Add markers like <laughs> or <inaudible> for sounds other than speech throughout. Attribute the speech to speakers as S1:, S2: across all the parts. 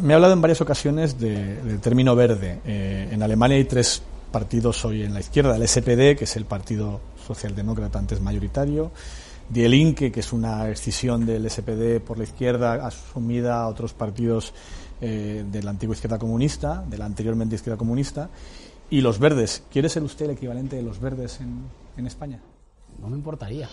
S1: Me ha hablado en varias ocasiones de- del término verde. Eh, en Alemania hay tres partidos hoy en la izquierda. El SPD, que es el partido socialdemócrata antes mayoritario. Die Linke, que es una escisión del SPD por la izquierda, asumida a otros partidos eh, de la antigua izquierda comunista, de la anteriormente izquierda comunista. Y los verdes. ¿Quiere ser usted el equivalente de los verdes en, en España?
S2: No me importaría.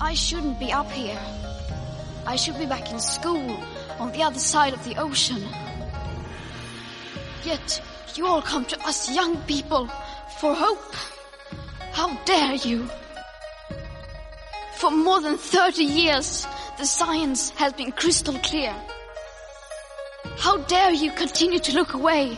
S3: I shouldn't be up here. I should be back in school on the other side of the ocean. Yet you all come to us young people for hope. How dare you? For more than 30 years, the science has been crystal clear. How dare you continue to look away?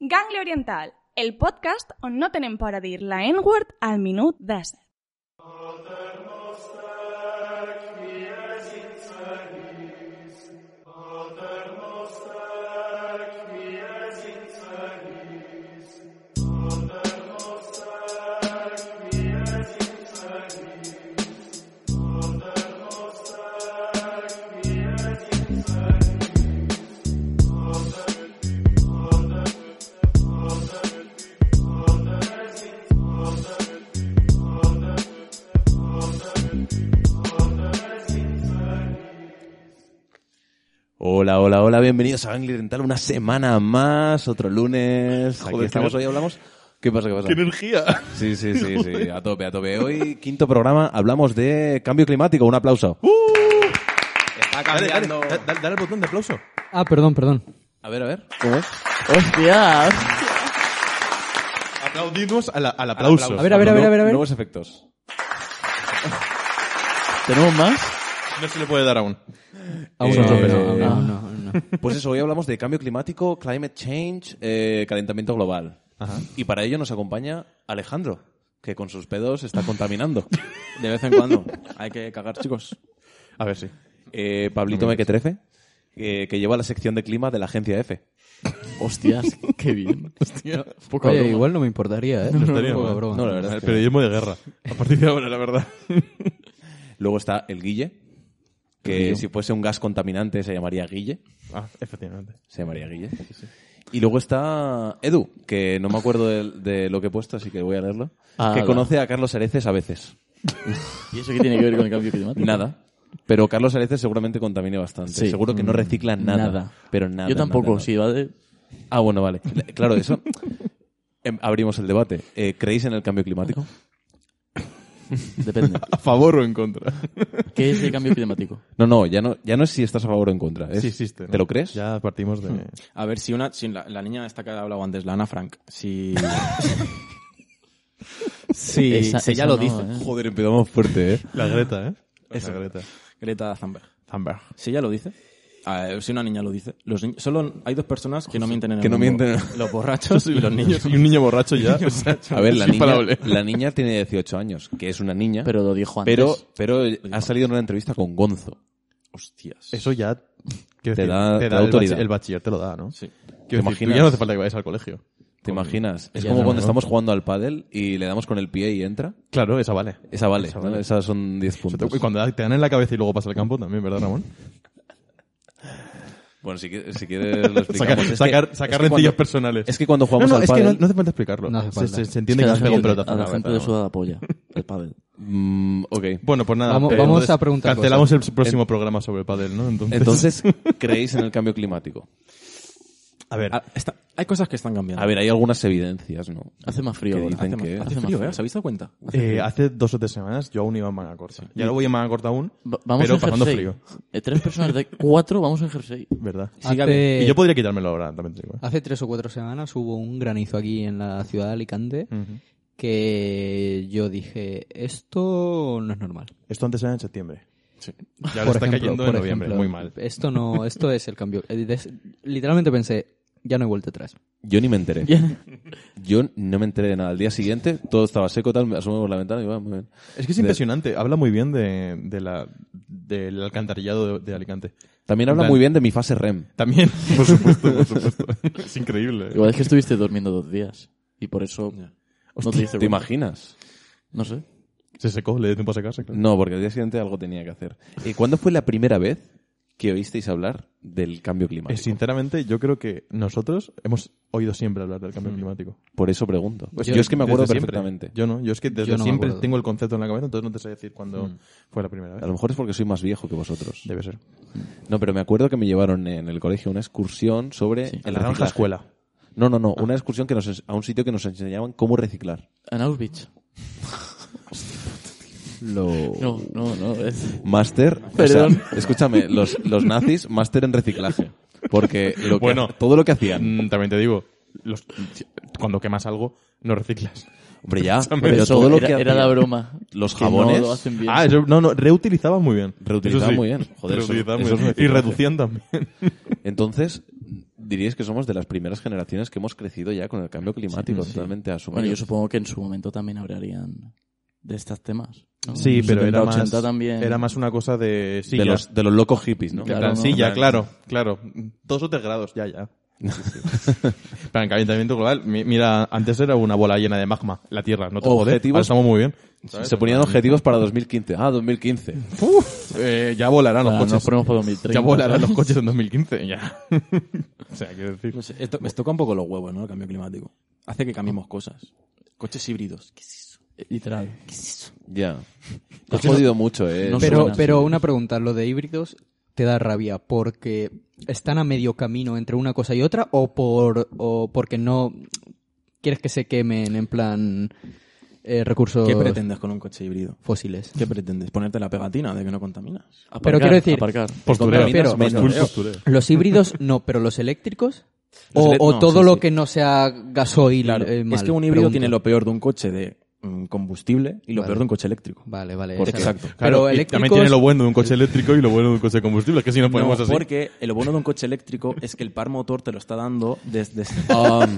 S4: Gangle Oriental, el podcast on no tenen por a dir la N-word al minut 10.
S5: Hola, hola, hola, bienvenidos a Angli Oriental, una semana más, otro lunes. Aquí
S6: qué
S5: estamos,
S6: no-
S5: hoy hablamos. ¿Qué pasa, qué pasa?
S6: ¡Qué energía!
S5: Sí, sí, sí, sí, a tope, a tope. Hoy, quinto programa, hablamos de cambio climático, un aplauso. Está
S6: Dale, dale,
S5: cambiando.
S6: da- dale al botón de aplauso.
S2: Ah, perdón, perdón.
S5: A ver, a ver.
S7: ¡Hostias!
S6: Aplaudimos a la- al aplauso.
S2: A ver, a ver, a ver, a ver, a ver.
S5: Nuevos efectos.
S7: ¿Tenemos más?
S6: No se le puede dar aún.
S2: Aún
S5: Eh,
S2: no, no,
S5: eh,
S2: aún no, aún no.
S5: Pues eso, hoy hablamos de cambio climático, climate change, eh, calentamiento global. Y para ello nos acompaña Alejandro, que con sus pedos está contaminando.
S7: De vez en cuando. Hay que cagar, chicos.
S6: A ver, sí.
S5: Eh, Pablito Mequetrefe, eh, que lleva la sección de clima de la agencia F.
S7: ¡Hostias! ¡Qué bien! Poca
S2: Oye,
S7: broma.
S2: igual no me importaría, ¿eh? No,
S6: estaría
S2: poca
S6: mal.
S2: broma.
S5: No, la verdad.
S6: El periodismo de guerra. A partir de ahora, la verdad.
S5: <laughs> Luego está el Guille, que si fuese un gas contaminante se llamaría Guille.
S6: Ah, efectivamente.
S5: Se llamaría Guille. Y luego está Edu, que no me acuerdo de, de lo que he puesto, así que voy a leerlo.
S7: Ah,
S5: que
S7: la-
S5: conoce a Carlos Areces a veces.
S7: <laughs> ¿Y eso qué tiene que ver con el cambio climático?
S5: Nada. Pero Carlos Areces seguramente contamine bastante.
S7: Sí.
S5: Seguro
S6: Mm,
S5: que no recicla nada.
S7: Mm, Nada.
S5: Pero nada.
S7: Yo tampoco,
S5: nada, nada.
S7: sí, va de...
S5: Ah, bueno, vale. Le- Claro, eso. <laughs> Em, Abrimos el debate. Eh, ¿Creéis en el cambio climático?
S7: depende.
S6: <laughs> ¿A favor o en contra?
S7: ¿Qué es el cambio climático?
S5: No, no, ya no, ya no es si estás a favor o en contra. es-
S6: Sí existe. ¿no?
S5: ¿Te lo crees?
S6: Ya partimos de...
S8: A ver, si una. Si la, la niña esta que ha hablado antes, la Ana Frank,
S6: <laughs>
S8: si. si,
S7: Esa- esa
S8: si ella lo
S7: no,
S8: dice.
S7: ¿eh?
S5: Joder, empezamos fuerte, ¿eh?
S6: <laughs> La Greta, ¿eh?
S8: Eso.
S6: La Greta.
S8: Greta Thunberg.
S6: Thunberg.
S8: Si ella lo dice. a ver, si una niña lo dice. Los niños, solo hay dos personas que no mienten en el
S5: Que no
S8: mundo.
S5: mienten.
S8: <laughs> Los borrachos y
S6: <laughs>
S8: los niños.
S6: Y un niño borracho ya. <laughs>
S5: A ver, la
S6: Es
S5: niña,
S6: imparable.
S5: la niña tiene 18 años, que es una niña, pero,
S7: Pero lo dijo antes.
S5: pero, ha salido en una entrevista con Gonzo.
S8: Hostias.
S6: Eso ya... quiero
S5: Te
S6: decir,
S5: da- te da
S6: el
S5: autoridad.
S6: bachi- El bachiller te lo da, ¿no?
S8: Sí.
S6: Quiero decir, tú
S5: imaginas?
S6: ya no hace falta que vayas al colegio.
S5: ¿Te imaginas? Es
S7: Ya
S5: como
S7: no,
S5: cuando
S7: ¿no?
S5: estamos jugando al pádel y le damos con el pie y entra.
S6: Claro, esa vale.
S5: Esa vale,
S6: Esa
S5: ¿no?
S6: vale.
S5: esas son 10 puntos.
S6: Y cuando te dan en la cabeza y luego pasa al campo también, ¿verdad, Ramón?
S5: Bueno, si, qui- si quieres lo explicamos.
S6: Sacar,
S5: Es que-
S6: sacar,
S5: es
S6: sacar
S5: que cuando-
S6: rencillas personales.
S5: Es que cuando
S6: No,
S5: jugamos
S6: no,
S5: al
S6: es que no,
S5: pádel...
S6: no hace falta explicarlo.
S2: No hace
S6: Se-
S2: falta.
S6: Se, se
S7: Es
S6: entiende
S7: que
S6: que,
S7: a la
S6: has pegado un
S7: gente,
S6: pelotazo
S7: a
S6: en
S7: la
S6: la
S7: gente
S6: cabeza,
S7: le
S6: ¿no?
S7: suda la polla. El pádel.
S5: Mm, ok.
S6: <laughs> Bueno, pues nada.
S2: Vamos-
S6: pero
S2: vamos
S6: entonces
S2: a preguntar
S6: Cancelamos
S2: cosas.
S6: el próximo programa sobre el pádel, ¿no? Entonces,
S5: Entonces, ¿creéis en el cambio climático?
S6: <laughs> A ver,
S8: Ah, está- hay cosas que están cambiando.
S5: A ver, hay algunas evidencias, ¿no?
S7: Hace más frío
S5: Que
S7: ahora.
S5: dicen
S7: Hace más,
S5: que-
S7: hace
S8: hace
S7: más
S8: frío,
S7: frío.
S8: ¿eh? ¿Os habéis dado cuenta?
S6: eh, hace dos o tres semanas yo aún iba en manga corta. Y ahora voy en manga corta aún,
S7: Va- Vamos
S6: pero
S7: en
S6: pasando
S7: jersey.
S6: frío.
S7: Eh, tres personas de cuatro vamos en jersey.
S6: ¿Verdad?
S2: Hace-
S6: Y yo podría quitármelo ahora, también te digo. ¿eh?
S2: Hace tres o cuatro semanas hubo un granizo aquí en la ciudad de Alicante
S6: Ujú.
S2: que yo dije, esto no es normal.
S6: Esto antes era en septiembre. Sí. Y ahora
S2: Por
S6: está
S2: ejemplo,
S6: cayendo en
S2: por
S6: noviembre,
S2: ejemplo,
S6: muy mal.
S2: Esto <laughs> no, esto es el cambio. Eh, des- Literalmente pensé, ya no he vuelta atrás.
S5: Yo ni me enteré. Yo no me enteré de nada. Al día siguiente todo estaba seco, tal, me asomé por la ventana y va, muy bien.
S6: Es que es impresionante, habla muy bien de, de la, del alcantarillado de, de Alicante.
S5: También habla
S6: Vale.
S5: muy bien de mi fase REM.
S6: También, <laughs> por supuesto, por supuesto. Es increíble.
S7: Igual es que estuviste durmiendo dos días. Y por eso. No te dice
S5: ¿Te
S7: cuenta.
S5: imaginas?
S7: No sé.
S6: Se secó, le dio tiempo a secarse, claro.
S5: No, porque al día siguiente algo tenía que hacer. Eh, ¿Cuándo fue la primera vez que oísteis hablar del cambio
S6: Eh,
S5: climático?
S6: Sinceramente, yo creo que nosotros hemos oído siempre hablar del cambio climático.
S5: Por eso pregunto.
S2: Yo-
S5: yo, es que me acuerdo
S6: Desde siempre.
S5: perfectamente.
S6: Yo no, yo es que desde
S2: Yo no me
S6: siempre
S2: acuerdo.
S6: tengo el concepto en la cabeza, entonces no te sé decir cuándo
S7: Mm.
S6: fue la primera
S5: A
S6: vez.
S5: lo mejor es porque soy más viejo que vosotros.
S6: Debe ser.
S5: No, pero me acuerdo que me llevaron en el colegio a una excursión sobre
S6: A
S5: el
S6: la granja
S5: reciclaje.
S6: escuela.
S5: No, no, no. Una excursión que nos ens- a un sitio que nos enseñaban cómo reciclar.
S7: En Auschwitz.
S5: Lo...
S7: No, no, no. es-
S5: Máster, o
S7: Perdón.
S5: sea, escúchame, los, los nazis, máster en reciclaje. Porque lo que-
S6: Bueno.
S5: todo lo que hacían.
S6: Mm, también te digo, los- si- cuando quemas algo, no reciclas.
S5: Hombre, ya,
S7: Pero
S5: pero todo lo que
S7: era, era
S5: hacían,
S7: la broma.
S5: Los
S7: Que no
S5: <laughs> jabones.
S7: lo hacen bien.
S6: Ah, eso- no, no, reutilizaban muy bien.
S5: Reutilizaban
S6: Eso sí.
S5: muy bien. Joder, eso-
S6: Reutilizaban
S5: eso
S6: muy
S5: es
S6: bien.
S5: reciclaje.
S6: Y reducían <laughs> también.
S5: Entonces, diríais que somos de las primeras generaciones que hemos crecido ya con el cambio climático, totalmente asumido.
S7: Bueno, yo supongo que en su momento también hablarían de estos temas. ¿no?
S6: Sí,
S7: Los
S6: pero
S7: 70,
S6: era más,
S7: 80 también.
S6: era más una cosa de sí,
S5: de,
S6: ya.
S5: los, de los locos hippies, ¿no?
S6: En plan,
S7: Claro,
S6: sí,
S7: ¿no?
S6: ya, claro, claro. Dos o tres grados, ya, ya.
S5: <laughs>
S6: En plan, calentamiento global. mi- Mira, antes era una bola llena de magma, la Tierra. No te jodes,
S5: Objetivos-
S6: ahora estamos muy bien.
S5: Se ponían objetivos para 2015. Ah, 2015.
S6: Uf, eh, ya volarán los
S7: Ah,
S6: coches.
S7: nos ponemos para 2030.
S6: ya volarán los coches en 2015, ya. <laughs> o sea, quiero decir.
S7: Pues,
S8: No sé, esto, me toca un poco los huevos, ¿no? El cambio climático. Hace que cambiemos cosas. Coches híbridos. ¿Qué es eso?
S7: Eh, Literal.
S5: Ya. Te has jodido mucho, eh.
S7: Pues No
S2: pero,
S7: suena,
S2: pero una pregunta, lo de híbridos te da rabia porque están a medio camino entre una cosa y otra o por o porque no quieres que se quemen en plan eh, recursos
S8: ¿Qué pretendes con un coche híbrido?
S2: fósiles.
S8: ¿Qué pretendes? ¿Ponerte la pegatina de que no contaminas?
S7: Aparcar,
S2: quiero decir-
S7: Aparcar.
S2: Pues
S6: Postureo.
S2: Pero-
S6: Full postureo.
S2: Los híbridos no, pero los eléctricos
S8: Los
S2: o,
S8: ele-
S2: o
S8: no,
S2: todo
S8: sí,
S2: lo
S8: sí.
S2: que no sea gasoil.
S8: Claro,
S2: eh, mal,
S8: es que un híbrido
S2: pregunto.
S8: tiene lo peor de un coche de mm, combustible y lo
S2: Vale.
S8: peor de un coche eléctrico.
S2: Vale, vale.
S8: Porque-
S2: exacto.
S8: Exacto.
S6: <laughs> Claro,
S2: pero
S6: y
S2: eléctricos...
S6: también tiene lo bueno de un coche eléctrico y lo bueno de un coche de combustible, es que si no ponemos
S8: No,
S6: así.
S8: porque lo bueno de un coche eléctrico es que el par motor te lo está dando desde...
S2: <laughs> Ah.
S5: Um,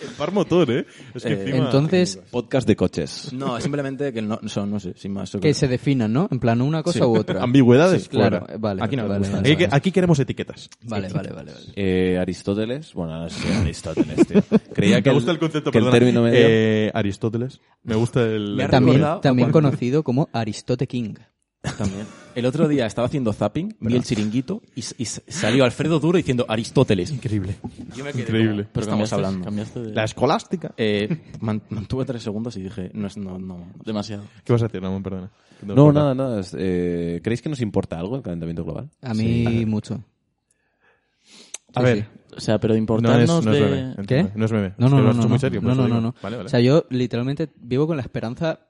S6: El par motor, ¿eh? Es que
S8: Eh,
S6: encima-
S2: Entonces,
S5: podcast de coches.
S8: No, simplemente que no, son, no sé, sin más.
S2: que se definan, ¿no? En plan, una cosa
S8: Sí.
S2: u
S6: <laughs>
S2: otra.
S6: <laughs> Ambigüedades,
S2: claro,
S6: fuera.
S2: eh, vale.
S8: Aquí no me
S2: vale,
S8: gusta.
S2: vale,
S6: Aquí,
S2: vale.
S6: aquí queremos etiquetas.
S2: Vale, vale, vale, vale.
S5: Eh, Aristóteles. Bueno, no sé, Aristóteles, tío. Creía que,
S6: <laughs> me gusta el concepto,
S5: que el
S6: perdona.
S5: término medio.
S6: Eh, Aristóteles. Me gusta el...
S8: Me ha
S2: También,
S8: recordado
S2: también
S8: cuando-
S2: conocido como Aristote King.
S8: También. El otro día estaba haciendo zapping, vi el chiringuito y, s- y s- salió Alfredo Duro diciendo Aristóteles.
S6: Increíble.
S8: Yo me quedé
S6: Increíble.
S8: como, Pero estamos
S7: cambiaste-
S8: hablando.
S7: Cambiaste de-
S6: La escolástica.
S8: Eh, man- mantuve tres segundos y dije, no, es- no, no.
S7: demasiado.
S6: ¿Qué vas a decir, Ramón? Perdona.
S5: No, nada, nada. es- eh, ¿Creéis que nos importa algo el calentamiento global?
S2: A mí mucho.
S6: A
S2: Sí,
S6: ver,
S2: sí.
S7: O sea, pero de
S6: no es,
S7: importarnos
S6: no es
S7: de...
S6: meme.
S2: ¿Qué?
S6: No es meme.
S2: No,
S6: Es
S2: no,
S6: que lo
S2: no,
S6: has
S2: no,
S6: hecho
S2: no.
S6: muy serio, por
S2: no,
S6: eso
S2: no, no,
S6: digo.
S2: no.
S6: Vale, vale.
S2: O sea, yo literalmente vivo con la esperanza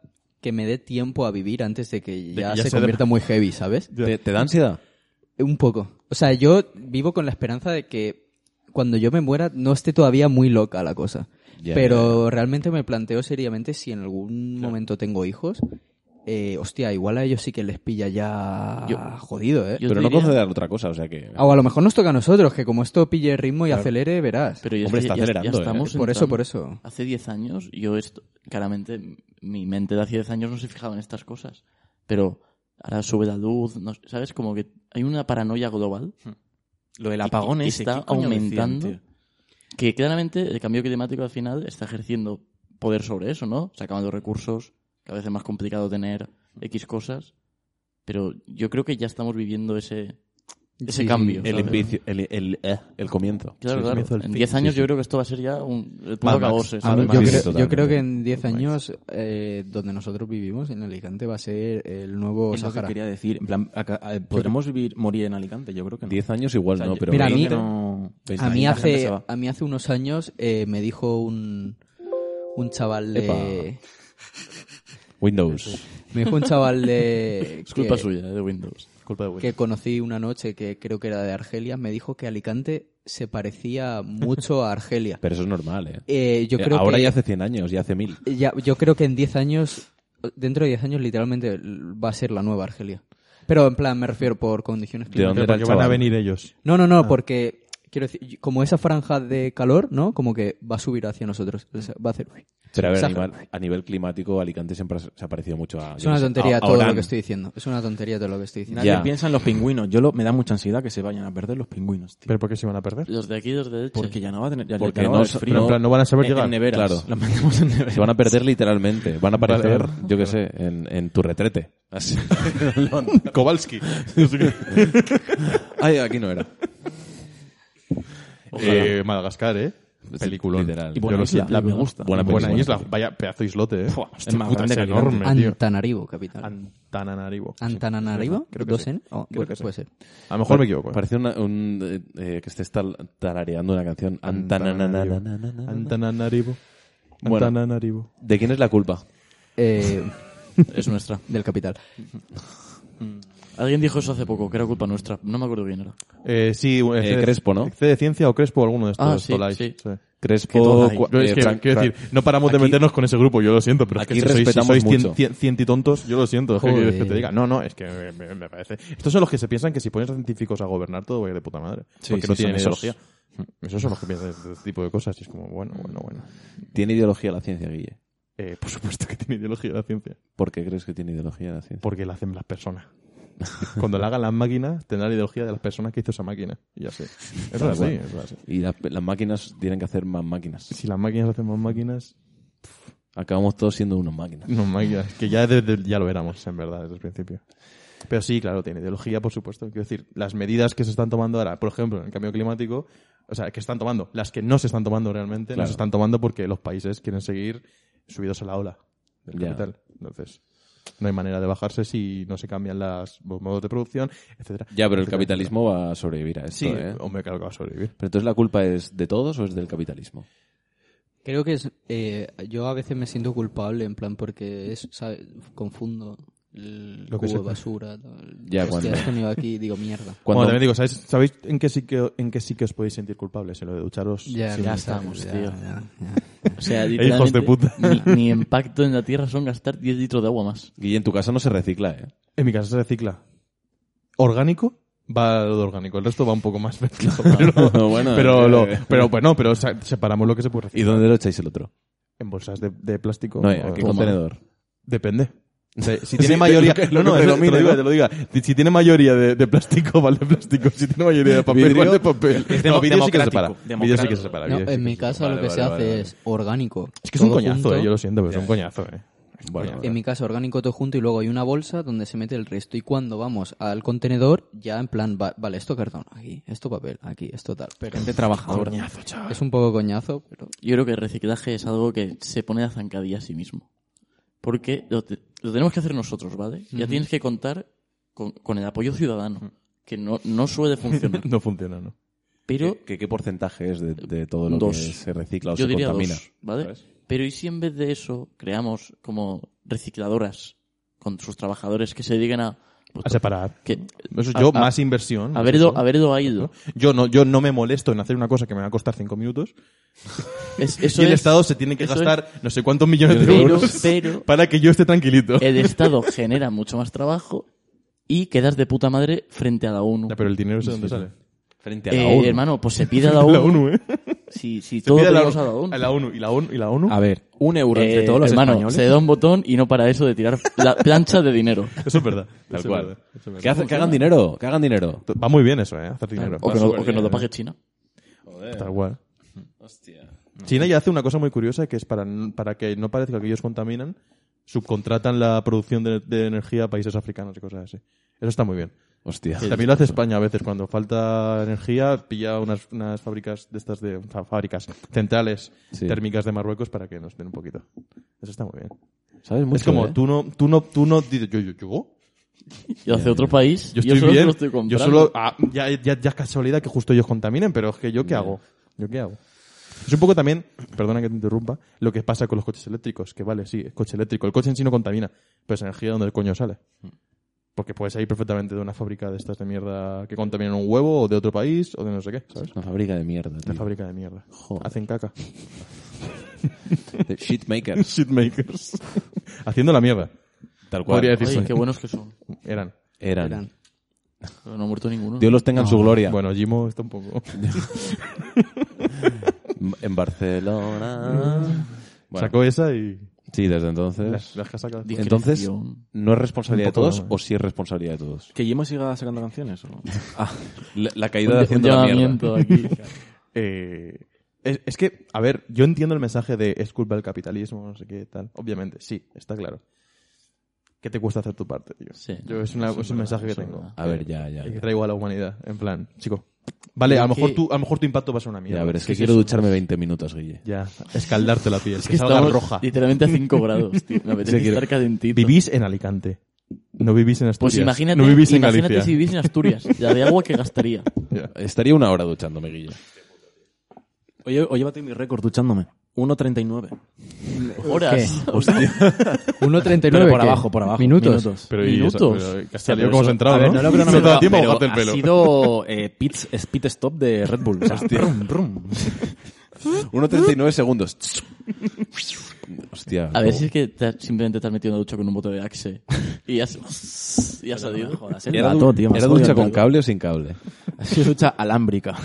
S2: que me dé tiempo a vivir antes de que ya,
S6: ya
S2: se
S6: se
S2: convierta muy heavy, ¿sabes?
S6: Ya.
S5: ¿Te, te da ansiedad?
S2: Un poco. O sea, yo vivo con la esperanza de que cuando yo me muera no esté todavía muy loca la cosa.
S5: Ya,
S2: Pero realmente me planteo seriamente si en algún momento tengo hijos. eh, hostia, igual a ellos sí que les pilla ya jodido, ¿eh?
S7: Ah, Yo
S5: pero
S7: te
S5: no
S7: diría-
S5: conceder otra cosa, o sea que...
S2: O a lo mejor nos toca a nosotros, que como esto pille ritmo y acelere, verás.
S7: Pero ya,
S5: Hombre,
S7: es que
S5: está
S7: ya- ya
S5: acelerando, ¿eh?
S7: estamos
S2: Por eso,
S7: entrando-
S2: por eso.
S7: Hace 10 años, yo esto, claramente, mi mente de hace 10 años no se fijaba en estas cosas. Pero ahora sube la luz, no- ¿sabes? Como que hay una paranoia global
S8: Lo del
S7: que-
S8: apagón
S7: que
S8: ese,
S7: está
S8: ¿qué coño
S7: aumentando.
S8: decían, tío?
S7: que claramente el cambio climático al final está ejerciendo poder sobre eso, ¿no? Se acaban los recursos, cada vez es más complicado tener X cosas. Pero yo creo que ya estamos viviendo ese ese cambio.
S5: El,
S7: ¿sabes?
S5: inicio- el, el- eh, el comienzo.
S7: Claro,
S5: Sí,
S7: claro.
S5: comienzo, el
S7: En
S5: fin.
S7: 10 años
S5: Sí,
S7: yo
S5: sí.
S7: creo que esto va a ser ya un el
S6: Mad
S7: punto
S6: Max.
S7: acabose,
S6: A
S7: ¿sabes?
S2: Yo,
S6: mí- Sí,
S2: creo,
S6: totalmente.
S2: yo creo que en 10 años, eh, donde nosotros vivimos, en Alicante, va a ser el nuevo
S8: Es lo que
S2: Sahara.
S8: quería decir. En plan, acá- eh, ¿podremos vivir, morir en Alicante? Yo creo que no.
S5: Diez años igual
S8: O sea,
S5: no,
S8: yo-
S5: pero...
S2: Mira, a mí-
S5: veinte-
S8: no-
S5: veinte
S2: A mí,
S8: La gente
S2: hace,
S8: se va.
S2: a mí hace unos años eh, me dijo un, un chaval de...
S5: Windows.
S2: Me dijo un chaval de...
S7: Es culpa
S2: que-
S7: suya, eh, de Windows.
S6: Culpa de Will.
S2: que conocí una noche que creo que era de Argelia, me dijo que Alicante se parecía mucho a
S6: <laughs>
S2: Argelia.
S5: Pero eso es normal, ¿eh?
S2: Eh, yo
S5: Eh,
S2: creo
S5: Ahora
S2: que,
S5: ya hace 100 años, ya hace 1000.
S2: ya- yo creo que en 10 años, dentro de 10 años literalmente va a ser la nueva Argelia. Pero en plan me refiero por condiciones
S5: ¿De dónde
S2: climáticas.
S5: era el
S6: Porque van a
S5: chaval?
S6: venir ellos.
S2: No, no,
S6: Ah.
S2: no, porque quiero decir, como esa franja de calor, ¿no? Como que va a subir hacia nosotros, O sea, va a hacer
S5: Pero a ver, a
S2: Sahara.
S5: nivel, a nivel climático, Alicante siempre se ha parecido mucho a...
S2: Es una tontería
S5: a- a
S2: todo lo
S5: Orán.
S2: que estoy diciendo. Es una tontería todo lo que estoy diciendo.
S8: Nadie
S5: Ya.
S8: piensa en los pingüinos. Yo lo- me da mucha ansiedad que se vayan a perder los pingüinos, tío.
S6: ¿Pero por qué se van a perder?
S7: Los de aquí, los de Elche.
S8: Porque ya no va a tener... Ya,
S5: Porque
S8: ya no,
S5: no
S8: va a
S5: se-
S8: haber
S6: Pero en
S8: frío.
S6: plan, no van a saber
S8: en,
S6: llegar.
S8: en neveras.
S5: Claro.
S8: Los metemos en neveras.
S5: Se van a perder literalmente. Van a
S6: Vale,
S5: aparecer,
S6: vale.
S5: yo qué sé, en, en tu retrete. Así. <laughs>
S6: Kowalski.
S5: Ay, aquí no era.
S6: Eh, Madagascar, ¿eh? Película.
S5: literal.
S8: Y buena
S6: Yo lo
S8: isla,
S6: siento.
S8: la me gusta.
S5: Buena
S6: Buena
S5: película.
S6: isla. Vaya pedazo de islote, ¿eh?
S8: Buah, hostia,
S6: Es
S8: más
S6: puta,
S8: grande
S6: es
S8: que
S6: enorme, tío.
S2: Antananarivo, capital.
S6: Antananarivo. Sí.
S2: Antananarivo,
S6: Creo que
S2: dos
S6: sí.
S2: N, Oh,
S6: Creo
S2: bueno,
S6: que sí.
S2: puede ser.
S6: A lo mejor me equivoco.
S5: Parece una- un, eh, eh, que estés tal- tarareando una canción. Antananananananana.
S6: Antananarivo.
S5: Bueno.
S6: Antananarivo.
S5: ¿De quién es la culpa?
S2: Eh,
S7: Es nuestra.
S2: del capital.
S7: Alguien dijo eso hace poco, que era culpa nuestra. No me acuerdo quién era.
S6: Eh, sí, un-
S5: Eh,
S6: C-
S5: Crespo, ¿no?
S6: C de Ciencia o Crespo, alguno de estos.
S7: Ah, sí,
S6: Tolais,
S7: sí. Que
S5: Crespo...
S7: todo hay.
S5: cua-
S6: Yo es
S5: eh,
S6: que,
S5: Frank-
S6: quiero
S5: Frank-
S6: decir, no paramos de
S5: aquí-
S6: meternos con ese grupo, yo lo siento, pero
S5: Aquí
S6: es que si sois, si
S5: respetamos
S6: sois cien-
S5: mucho.
S6: cien- cientitontos, yo lo siento, es que
S2: Joder.
S6: quieres que te diga. No, no, es que me, me- me parece. Estos son los que se piensan que si pones a científicos a gobernar todo va a ir de puta madre.
S5: Sí,
S6: porque
S5: sí, son
S6: no tienen
S5: esos.
S6: ideología. Esos son los que piensan este tipo de cosas y es como, bueno, bueno, bueno.
S5: Tiene ideología la ciencia, Guille.
S6: Eh, por supuesto que tiene ideología la ciencia.
S5: ¿Por qué crees que tiene ideología la ciencia?
S6: Porque la hacen las personas. Cuando la hagan las máquinas, tendrá la ideología de las personas que hizo esa máquina. Y así.
S5: <laughs>
S6: Es
S5: Tal
S6: así,
S5: cual.
S6: es así.
S5: Y la- las máquinas tienen que hacer más máquinas.
S6: Si las máquinas hacen más máquinas,
S5: Acabamos todos siendo unos máquinas.
S6: No, máquinas. Que ya, desde- ya lo éramos, en verdad, desde el principio. Pero sí, claro, tiene ideología, por supuesto. Quiero decir, las medidas que se están tomando ahora, por ejemplo, en el cambio climático, o sea, que están tomando, las que no se están tomando realmente, no
S5: Claro.
S6: se están tomando porque los países quieren seguir subidos a la ola del
S5: Ya.
S6: capital. Entonces, no hay manera de bajarse si no se cambian las- los modos de producción, etcétera.
S5: Ya, pero el
S6: etcétera,
S5: capitalismo va a sobrevivir a esto,
S6: etcétera.
S5: ¿eh?
S6: Sí, hombre, claro que va a sobrevivir.
S5: Pero entonces la culpa es de todos o es del capitalismo?
S2: Creo que es, eh, yo a veces me siento culpable, en plan, porque es, ¿sabes? confundo el
S6: Lo
S2: cubo
S6: que
S2: de
S6: se- <laughs>
S2: basura. tal.
S5: Ya,
S2: Hostia,
S5: cuando-
S2: has venido aquí y digo, mierda.
S5: Cuando-
S6: Bueno, también digo, ¿sabéis, ¿sabéis en qué sí que, en qué sí que os podéis sentir culpables? En lo de ducharos. sin
S2: ya
S6: duchar.
S2: estamos,
S7: ya,
S2: tío.
S7: O
S8: <laughs>
S7: sea,
S6: hijos de
S7: literalmente,
S6: puta.
S7: Mi, mi impacto en la Tierra son gastar 10 litros de agua más.
S5: Guille, en tu casa no se recicla, ¿eh?
S6: En mi casa se recicla. Orgánico va lo de orgánico, el resto va un poco más mezclado. <laughs> Pero,
S5: Bueno,
S6: pero,
S5: eh,
S6: lo- pero bueno, pero sa- separamos lo que se puede
S5: ¿Y
S6: reciclar.
S5: dónde lo echáis el otro?
S6: ¿En bolsas de, de plástico?
S5: No, ¿eh?
S6: O-
S5: ¿a qué
S6: o-
S5: contenedor?
S6: Depende. O sea, si
S5: Sí,
S6: tiene
S5: de
S6: mayoría,
S5: lo que-
S6: no,
S5: lo
S6: no,
S5: que
S6: es lo- te lo
S5: predomine,
S6: digo,
S5: ¿no?
S6: te lo diga. Si- Si tiene mayoría de, de plástico, <laughs> vale de plástico. Si tiene mayoría de papel,
S5: Vidrio.
S6: vale de papel.
S8: Es
S6: No, vidrio sí que
S8: democrático,
S6: se separa. Vidrio sí que se
S8: democrático.
S6: separa.
S2: No,
S6: vidrio sí
S2: en
S6: que
S2: mi
S6: se
S2: casa
S6: separa.
S2: lo que
S6: Vale,
S2: se
S6: vale,
S2: hace
S6: vale.
S2: es orgánico.
S6: Es que es un
S2: todo
S6: coñazo,
S2: junto.
S6: eh, yo lo siento, pero es un coñazo, eh. Es un coñazo.
S2: En mi casa orgánico todo junto y luego hay una bolsa donde se mete el resto. Y cuando vamos al contenedor, ya en plan, va- vale, esto cartón, aquí, esto papel, aquí, esto tal. Pero
S8: Gente trabajadora.
S2: es un poco
S6: <laughs>
S2: coñazo, pero
S7: Yo creo que el reciclaje es algo que se pone a zancadilla a sí mismo. Porque lo, te- lo tenemos que hacer nosotros, ¿vale? Ya tienes que contar con, con el apoyo ciudadano, que no, no suele funcionar.
S6: <laughs> No funciona, ¿no.
S7: Pero
S5: ¿Qué, qué porcentaje es de, de todo lo
S7: Dos.
S5: que se recicla o
S7: yo
S5: se
S7: diría
S5: contamina?
S7: dos, ¿vale?
S5: ¿sabes?
S7: Pero ¿y si en vez de eso creamos como recicladoras con sus trabajadores que se dediquen a... pues,
S6: A separar.
S7: que-
S6: Eso
S7: a-
S6: yo,
S7: a-
S6: más inversión.
S7: Haber
S6: eso.
S7: ido, haber ido a ido.
S6: Yo no, yo no me molesto en hacer una cosa que me va a costar cinco minutos.
S7: Es- eso
S6: y el
S7: es-
S6: Estado se tiene que
S7: eso es-
S6: gastar no sé cuántos millones de
S7: Pero-
S6: euros
S7: pero-
S6: <laughs> para que yo esté tranquilito.
S7: el Estado genera mucho más trabajo y quedas de puta madre frente a la ONU.
S6: Ya, pero el dinero es de dónde sale.
S5: Frente a la
S7: Eh,
S5: ONU.
S7: hermano, pues se pide a
S6: <laughs>
S7: la
S6: La
S7: ONU.
S6: ONU, ¿eh?
S7: Si, si todo
S6: Pide a la
S7: pedimos a la
S6: ONU.
S7: ONU.
S6: A la ONU. ¿Y la ONU? ¿Y la ONU?
S8: A ver, un euro entre
S7: Eh,
S8: todos los
S7: hermano,
S8: españoles.
S7: se da un botón y no para eso de tirar
S6: <laughs>
S7: la plancha de dinero.
S6: Eso
S7: <laughs>
S6: es verdad.
S5: Tal
S6: Eso es
S5: cual.
S6: verdad, eso es verdad.
S5: Que, hace- que hagan dinero, que hagan dinero.
S6: Va muy bien eso, ¿eh? Hacer dinero.
S7: O que, no, o que nos lo
S6: eh.
S7: pague China.
S6: Tal cual. China ya hace una cosa muy curiosa que es para, para que no parezca que ellos contaminan, subcontratan la producción de, de energía a países africanos y cosas así. Eso está muy bien.
S5: Hostia.
S6: También lo hace España a veces, cuando falta energía, pilla unas, unas fábricas de estas de fa- fábricas centrales
S5: Sí.
S6: térmicas de Marruecos para que nos den un poquito. Eso está muy bien.
S5: ¿Sabes? Mucho,
S6: es como,
S5: ¿eh?
S6: tú no, tú no, tú no dices, yo, yo, yo,
S7: Y hace otro país.
S6: yo
S7: y yo
S6: estoy
S7: solo se
S6: bien.
S7: lo estoy
S6: yo
S7: comprando.
S6: solo, ah, ya, ya, ya es casualidad que justo ellos contaminen, pero es que yo qué hago. Yo qué hago. Es un poco también, perdona que te interrumpa, lo que pasa con los coches eléctricos, que vale, sí, es coche eléctrico. El coche en sí no contamina, pero esa energía donde el coño sale. Porque puedes salir perfectamente de una fábrica de estas de mierda que contaminan un huevo, o de otro país, o de no sé qué, ¿sabes?
S5: Una fábrica de mierda.
S6: De
S5: tío.
S6: fábrica de mierda.
S5: Joder.
S7: <laughs>
S6: Hacen caca. <laughs>
S5: De <laughs> shitmakers.
S7: <laughs>
S6: Shitmakers. Haciendo la mierda.
S5: Tal cual.
S6: Podría decir-
S7: Oye, qué buenos que son.
S6: <laughs> Eran.
S5: Eran.
S2: Eran.
S7: Pero no ha muerto ninguno.
S5: Dios los tenga en su gloria.
S6: Bueno, Jimo está un poco.
S5: En
S6: <laughs>
S5: Barcelona. Bueno,
S6: Sacó esa y.
S5: Sí, desde entonces.
S6: Las, las que ha sacado.
S7: Discreción.
S5: Entonces, ¿no es responsabilidad
S6: Un
S5: de
S6: poco
S5: todos
S6: no, ¿eh?
S5: o sí es responsabilidad de todos?
S8: ¿Que Yema siga sacando canciones o no?
S5: Ah, la, la
S7: Un
S5: caída de
S7: ll-
S5: haciendo
S7: un
S5: la mierda.
S7: llamamiento aquí.
S6: Eh, es, es que, a ver, yo entiendo el mensaje de es culpa del capitalismo, no sé qué, tal. Obviamente, sí, está claro. ¿Qué te cuesta hacer tu parte, tío?
S7: Sí,
S6: Yo, es, una-
S7: eso
S6: es
S7: es
S6: un
S7: verdad,
S6: mensaje que
S7: eso es
S6: tengo.
S7: verdad.
S5: A ver, ya, ya.
S6: Y que
S5: ya.
S6: traigo a la humanidad, en plan, chico. Vale, a lo,
S7: que-
S6: mejor tu, a lo mejor tu impacto va a ser una mierda.
S5: Ya, a ver, es
S6: ¿Qué
S5: que quiero
S6: eso?
S5: ducharme 20 minutos, Guille.
S6: Ya, escaldarte la piel,
S7: Es
S6: <laughs> que, salga
S7: estamos
S6: roja.
S7: literalmente a 5 grados, tío. Me apetece
S6: <laughs> Sí, quiero-
S7: estar calentito.
S6: Vivís en Alicante. No vivís en Asturias.
S7: Pues imagínate,
S6: no vivís en
S7: imagínate
S6: Galicia.
S7: si vivís en Asturias. La de agua que gastaría.
S6: Ya.
S5: Estaría una hora duchándome, Guille.
S8: Oye, hoy batí mi récord duchándome. 1.39.
S7: Horas.
S8: <laughs> Hostia.
S2: 1.39.
S8: Pero por
S2: ¿qué?
S8: abajo, por abajo.
S2: Minutos.
S6: Pero y eso,
S7: Minutos.
S6: pero, que has
S8: Hostia,
S6: salido
S8: pero
S6: como
S8: eso-
S6: centrado,
S8: a ver,
S6: ¿no?
S8: no lo creo, no
S6: te
S8: me
S6: da
S8: da,
S6: tiempo a
S8: pero
S6: mojarte el pelo.
S8: Ha sido eh, pit, es pit stop de Red Bull. o sea, brum, brum.
S5: 1.39 segundos. Hostia.
S7: A ver
S5: no.
S7: si es que te has- simplemente te has metido en la ducha con un motor de axe y has, y has salido. Joder,
S8: el
S5: Era, du-
S8: gato, tío, me
S5: era
S8: has
S5: ducha
S8: jodido
S5: con
S8: el
S5: cable o sin cable.
S8: Ha sido ducha alámbrica.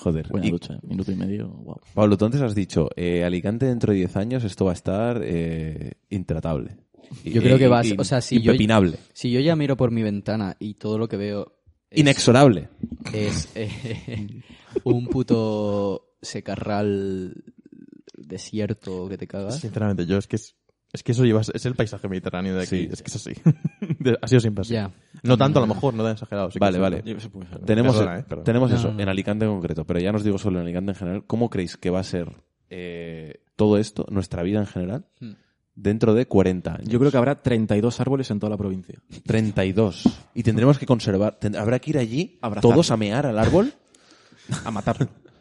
S5: Joder.
S7: Buena
S5: Y,
S7: ducha, minuto y medio. Wow.
S2: pues-
S5: Pablo, tú antes has dicho, eh, Alicante dentro de 10 años esto va a estar eh, intratable.
S2: Yo creo que va a
S5: vas
S2: ser- o sea, si yo-
S5: impepinable.
S2: Si yo ya miro por mi ventana y todo lo que veo es,
S5: Inexorable.
S2: es, eh, <laughs> un puto secarral desierto que te cagas.
S6: Sinceramente, yo es que es, es que eso lleva, es el paisaje mediterráneo de aquí.
S5: Sí.
S6: Es que es así. <laughs> De- ha sido siempre así.
S2: Ya.
S6: No tanto, a lo mejor, no tan exagerado. sí que
S5: Vale,
S6: es
S5: vale.
S6: cierto.
S5: Tenemos, e-
S6: Perdona, eh, perdona.
S5: tenemos
S2: No,
S5: eso,
S2: no, no.
S5: en Alicante en concreto, pero ya nos digo solo en Alicante en general. ¿Cómo creéis que va a ser eh, todo esto, nuestra vida en general,
S2: Hmm.
S5: dentro de 40 años?
S8: Yo creo que habrá 32 árboles en toda la provincia.
S5: 32. Y tendremos que conservar, tend- habrá que ir allí,
S8: Abrazar.
S5: todos a mear al árbol.
S8: A matarlo.
S5: <laughs>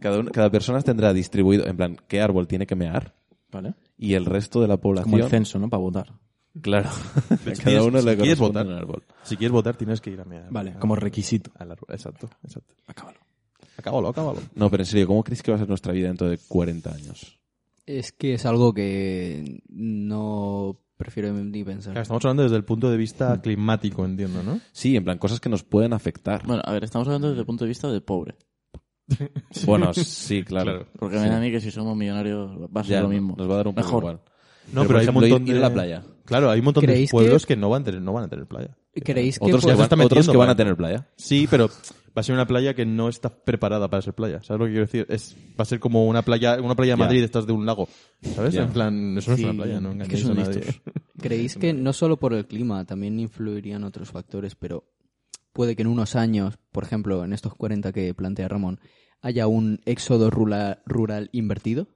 S5: Cada, uno- cada persona tendrá distribuido, en plan, qué árbol tiene que mear
S8: ¿Vale?
S5: y el resto de la
S8: Como el
S5: población.
S8: censo, ¿no? Para votar.
S7: <laughs>
S5: claro. <laughs>
S6: De hecho,
S5: cada
S6: tienes-
S5: uno
S6: si
S5: le
S6: quieres
S5: corresponde
S6: votar.
S5: un árbol.
S6: Si quieres votar, tienes que ir a mirar.
S8: Vale, como requisito.
S6: Al árbol. Exacto, exacto.
S8: Acábalo.
S6: Acábalo, acábalo.
S5: No, pero en serio, ¿cómo creéis que va a ser nuestra vida dentro de 40 años?
S2: Es que es algo que no prefiero ni pensar.
S6: Claro, estamos hablando desde el punto de vista climático, entiendo, ¿no?
S5: Sí, en plan, cosas que nos pueden afectar.
S7: Bueno, a ver, estamos hablando desde el punto de vista del pobre.
S5: <laughs> Bueno, sí, claro.
S7: Porque me da a mí que si somos millonarios va a ser
S5: Ya,
S7: lo mismo.
S5: Nos va a dar un poco
S7: Mejor.
S5: igual.
S6: No,
S5: por ejemplo, ir- ir
S6: de-
S5: a la playa.
S6: Claro, hay un montón de
S2: ¿Creéis que-
S6: pueblos que, no, van a tener, no van a tener playa.
S2: ¿Creéis que
S5: Otros,
S2: por-
S5: que
S6: se
S5: van,
S6: está
S5: otros
S6: metiendo,
S5: que van a
S6: ¿vale?
S5: tener playa.
S6: Sí, pero va a ser una playa que no está preparada para ser playa. ¿Sabes lo que quiero decir? Es, va a ser como una playa, una playa de
S5: Ya.
S6: Madrid, estás de un lago. ¿Sabes?
S5: Ya.
S6: En plan, eso no
S7: Sí,
S6: es una playa, no
S7: es que
S6: engañéis a
S7: son
S6: nadie.
S7: listos.
S2: ¿Creéis que no solo por el clima, también influirían otros factores, pero puede que en unos años, por ejemplo, en estos 40 que plantea Ramón, haya un éxodo rula- rural invertido?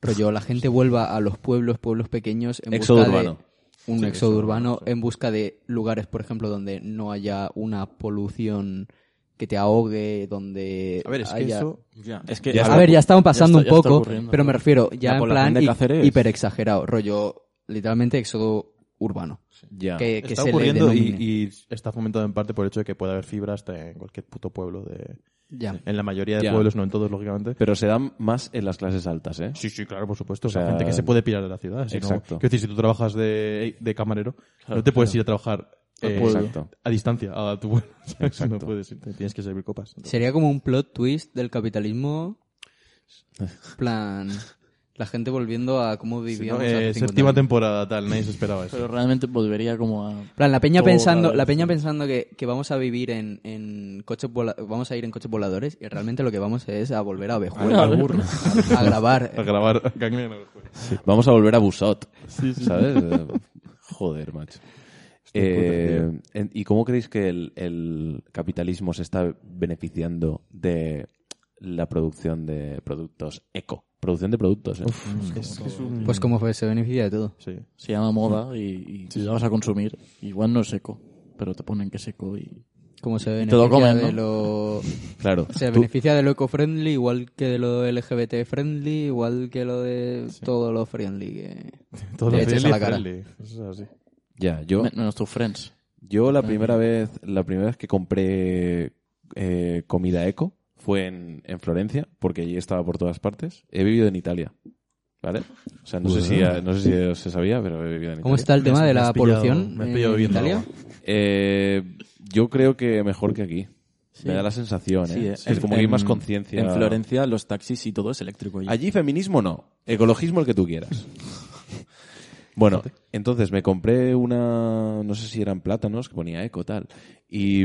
S2: Rollo, la gente vuelva a los pueblos, pueblos pequeños en
S5: Éxodo
S2: busca
S5: urbano.
S2: de un éxodo urbano en busca de lugares, por ejemplo, donde no haya una polución que te ahogue, donde
S6: A ver, es que
S2: haya-
S6: eso...
S8: Ya, es que...
S5: Ya
S2: a ver, ya estamos pasando
S7: ya está- ya
S2: un
S7: está
S2: poco,
S7: ocurriendo.
S2: pero me refiero ya
S8: La
S2: en
S8: población
S2: plan
S8: de Cáceres.
S2: hiper exagerado, rollo literalmente éxodo urbano.
S5: Ya.
S2: Que, que
S6: está
S2: se le
S6: ocurriendo y,
S2: denomine.
S6: y está fomentado en parte por el hecho de que puede haber fibra hasta en cualquier puto pueblo de...
S2: Ya.
S6: En la mayoría de
S5: Ya.
S6: pueblos, no en todos, lógicamente.
S5: Pero se dan más en las clases altas, ¿eh?
S6: Sí, sí, claro, por supuesto. O
S5: sea,
S6: sea, gente que se puede pirar de la ciudad. Si no-
S5: Exacto.
S6: quiero decir, si tú trabajas de, de camarero, no te puedes ir a trabajar
S7: Al
S6: eh,
S7: pueblo.
S5: Exacto.
S6: a distancia, a tu pueblo. <laughs>
S5: Exacto.
S6: No puedes irte, tienes que servir copas.
S2: Sería como un plot twist del capitalismo. Plan. La gente volviendo a cómo vivíamos
S6: Eh,
S2: hace 50
S6: séptima
S2: años.
S6: temporada, tal, nadie se esperaba eso.
S7: Pero realmente pues, volvería como a...
S2: Plan, la peña
S7: Todo
S2: pensando,
S7: cada
S2: la
S7: vez,
S2: peña
S7: sí.
S2: pensando que, que vamos a vivir en, en coches vola- vamos a ir en coches voladores y realmente lo que vamos es a volver a Ovejuela.
S7: Al
S2: A grabar.
S6: <laughs> A grabar pues, a Gangnam.
S5: Vamos a volver a Busot. ¿Sabes? Eh, Joder, macho. Eh, en- ¿Y cómo creéis que el, el capitalismo se está beneficiando de la producción de productos eco? Producción de productos, ¿eh?
S6: Es- es un-
S2: Pues como fue, se beneficia de todo.
S6: sí.
S7: Se llama moda y, y si la vas a consumir, igual no es seco, pero te ponen que es seco y...
S2: Como se
S7: te
S2: beneficia
S7: lo comen,
S2: de lo...
S5: Claro.
S2: Se
S5: Tú-
S2: beneficia de lo eco-friendly, igual que de lo LGBT-friendly, igual que lo de todo lo friendly. que-
S6: Todo
S2: Le
S6: lo
S2: echas
S6: friendly
S2: a la
S6: es
S2: cara.
S6: friendly. Eso es así.
S5: Ya, yo,
S7: Men- Menos tus friends.
S5: yo la primera vez, la primera vez que compré eh, comida eco fue en, en Florencia, porque allí estaba por todas partes. He vivido en Italia. ¿Vale? O sea, no sé si no sé si se sabía, pero he vivido en Italia.
S2: ¿Cómo está el
S6: has-
S2: tema de
S6: me has
S2: la
S6: pillado-
S2: polución
S6: me has
S2: en
S6: pillado bebiendo
S2: Italia?
S6: agua.
S5: Eh, yo creo que mejor que aquí. Me da la sensación, ¿eh?
S8: Sí, eh.
S5: Es como que hay más conciencia.
S8: En Florencia los taxis y todo es eléctrico. allí.
S5: Allí feminismo no. Ecologismo el que tú quieras. Bueno, entonces me compré una, no sé si eran plátanos, que ponía eco tal. Y,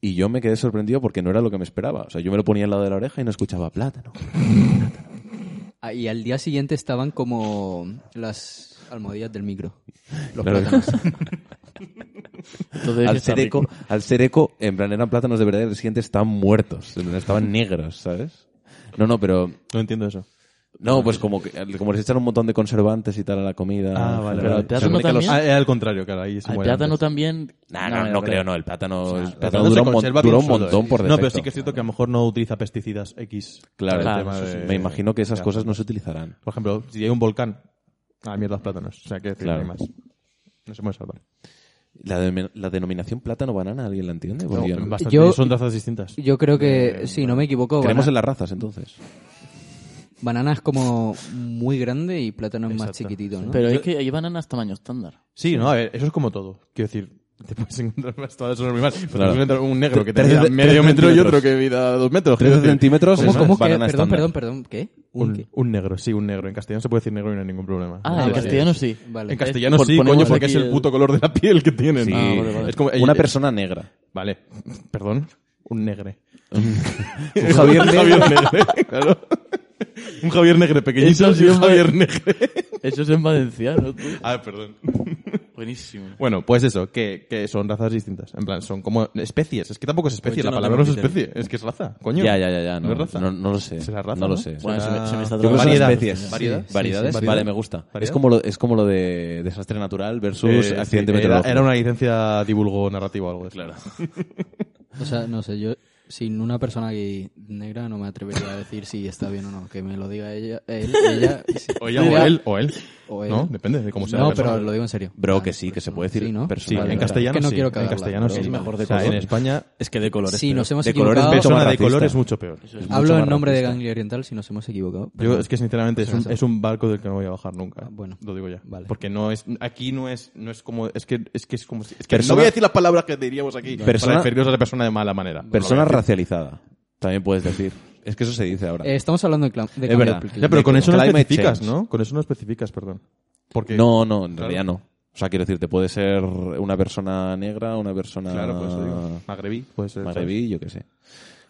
S5: y yo me quedé sorprendido porque no era lo que me esperaba. O sea, yo me lo ponía al lado de la oreja y no escuchaba plátano.
S2: Ah, y al día siguiente estaban como las almohadillas del micro. Los
S5: Claro. <laughs>
S2: plátanos.
S7: Entonces,
S5: Al
S7: está
S5: ser, eco,
S7: rico.
S5: al ser eco, en plan eran plátanos de verdad y los siguientes estaban muertos. en plan, Estaban negros, ¿sabes? No, no, pero
S6: No entiendo eso.
S5: No, pues como, que, como les echan un montón de conservantes y tal a la comida.
S6: Ah, vale,
S5: Pero
S6: vale.
S5: se
S7: ¿Te has
S5: supone que
S7: notado
S5: los-
S7: también?
S6: Ah, es al contrario, claro. Ahí
S8: Ah,
S6: se
S7: Al
S6: muere
S7: plátano
S6: antes.
S7: también...
S5: Nah, no, no, creo, no. El plátano, el
S6: El
S5: plátano
S6: se
S5: dura, un, mon-
S6: conserva
S5: dura
S6: bien
S5: un
S6: solo,
S5: montón
S6: ¿eh?
S5: por
S6: No,
S5: defecto.
S6: pero sí que es cierto que a lo mejor no utiliza pesticidas X.
S5: Claro,
S6: Para el
S7: claro,
S6: tema
S7: eso
S6: de-
S5: Me imagino que esas
S6: Claro.
S5: cosas no se utilizarán.
S6: Por ejemplo, si hay un volcán, ah, mierda, los plátanos. O sea, que decir, no
S5: Claro.
S6: hay más. No se puede salvar.
S5: ¿La, de- la denominación plátano-banana alguien la entiende? Porque yo no.
S6: Bastante-
S2: Yo-
S6: Son razas distintas.
S2: Yo creo que,
S6: Eh,
S2: si no me
S6: Oh,
S2: equivoco,
S5: Creemos
S2: bana-
S5: en las razas,
S6: <laughs>
S5: entonces.
S2: banana es como muy grande y plátano es más
S6: Exacto.
S2: chiquitito, ¿no?
S7: Pero es que hay bananas tamaño estándar.
S6: Sí, no, a ver, eso es como todo. Quiero decir, <laughs> te puedes encontrar más todas son normales. Pero te
S5: Claro.
S6: puedes encontrar un negro que te
S5: Trece-
S6: mida
S5: trece
S6: medio metro y
S5: centímetros.
S6: otro que mida dos metros.
S5: Trece
S6: Quiero decir,
S5: centímetros
S2: ¿Cómo,
S5: es
S2: cómo que?
S5: banana
S2: Perdón,
S5: estándar.
S2: perdón, perdón. ¿Qué? ¿Un
S6: Un,
S2: qué?
S6: un negro, sí, un negro. En castellano se puede decir negro y no hay ningún problema.
S7: Ah,
S6: Sí,
S7: en
S6: sí.
S7: castellano sí.
S2: Vale.
S6: En castellano
S7: Pon-
S6: sí,
S7: ponemos
S6: coño, porque
S7: aquí
S6: es el puto color de la piel que tienen.
S5: Sí.
S7: Ah, vale, vale.
S6: Es como, eh,
S5: Una persona negra.
S6: Vale, <laughs> perdón, un negre.
S5: Un Javier
S6: un Javier negre, claro. Un Javier negre pequeñito
S7: Eso sí,
S6: y un
S7: hombre.
S6: Javier negre. <laughs>
S7: Eso es en valenciano, tú.
S6: Ah, perdón.
S7: Buenísimo.
S6: Bueno, pues eso, que, que son razas distintas. En plan, son como especies. Es que tampoco es especie,
S8: Pues yo
S6: la
S8: no
S6: palabra no es
S8: tengo criterio.
S6: especie, es que es raza, coño.
S5: Ya, ya, ya, ya. No,
S6: ¿No es raza?
S5: no, no lo sé.
S6: ¿Será raza,
S5: No lo
S6: no?
S5: sé.
S7: Bueno, se me, se me está
S5: Yo creo que son
S7: trabajando.
S6: Variedad.
S5: especies.
S6: Variedad.
S5: Sí, ¿Variedades?
S6: sí,
S5: Vale,
S6: sí, variedad.
S5: me gusta.
S6: Variedad.
S5: Es como, lo, es como lo de desastre natural versus
S6: Eh,
S5: accidente
S6: sí, era,
S5: meteorológico.
S6: era una licencia divulgo narrativo o algo. Claro.
S2: O sea, no sé, yo sin una persona aquí negra no me atrevería a decir si está bien o no. Que me lo diga ella, él, ella. si-
S6: <laughs> O ella, o
S2: ella,
S6: él, o él.
S2: o él.
S6: No, depende de cómo sea.
S2: No,
S6: la persona.
S2: pero lo digo en serio.
S5: Bro,
S2: Ah,
S5: que sí, que se puede decir
S2: sí, ¿no?
S6: Sí,
S5: persona.
S2: Vale,
S6: en
S2: vale.
S6: castellano
S2: Es que no
S6: sí.
S2: quiero
S6: en
S2: cagarla,
S6: castellano
S2: pero
S6: sí.
S2: es
S8: mejor de
S6: O sea,
S8: color.
S6: en España,
S8: Es que de colores.
S2: Si nos hemos
S5: de colores
S2: equivocado,
S5: mucho
S6: persona
S5: más
S6: de color
S5: racista.
S6: es mucho peor.
S7: es mucho
S2: hablo
S5: más
S2: en nombre de
S5: racista.
S2: Ganglia Oriental si nos hemos equivocado.
S6: Yo, es que sinceramente es
S2: Pues
S6: un,
S2: eso.
S6: es un barco del que no voy a bajar nunca.
S2: Ah, bueno.
S6: Lo digo ya.
S2: Vale.
S6: Porque no es, aquí no es, no es como, es que, es que es como, si- es que
S5: Persona-
S6: no voy a decir las palabras que diríamos aquí
S5: Persona-
S6: para referirnos a la persona de mala manera.
S5: Persona
S6: No lo voy a decir.
S5: racializada. También puedes decir. Es que eso se dice ahora.
S2: Eh, estamos hablando de, cla- de
S5: Es verdad.
S2: cambio
S6: Ya, pero con eso no
S5: Climate
S6: especificas,
S5: change.
S6: ¿no? Con eso no especificas, perdón. Porque,
S5: No, no, en
S6: Claro.
S5: realidad no. O sea, quiero decirte, puede ser una persona negra, una persona
S6: Claro, por eso digo. Magrebí, puede ser.
S5: magrebí, yo qué sé.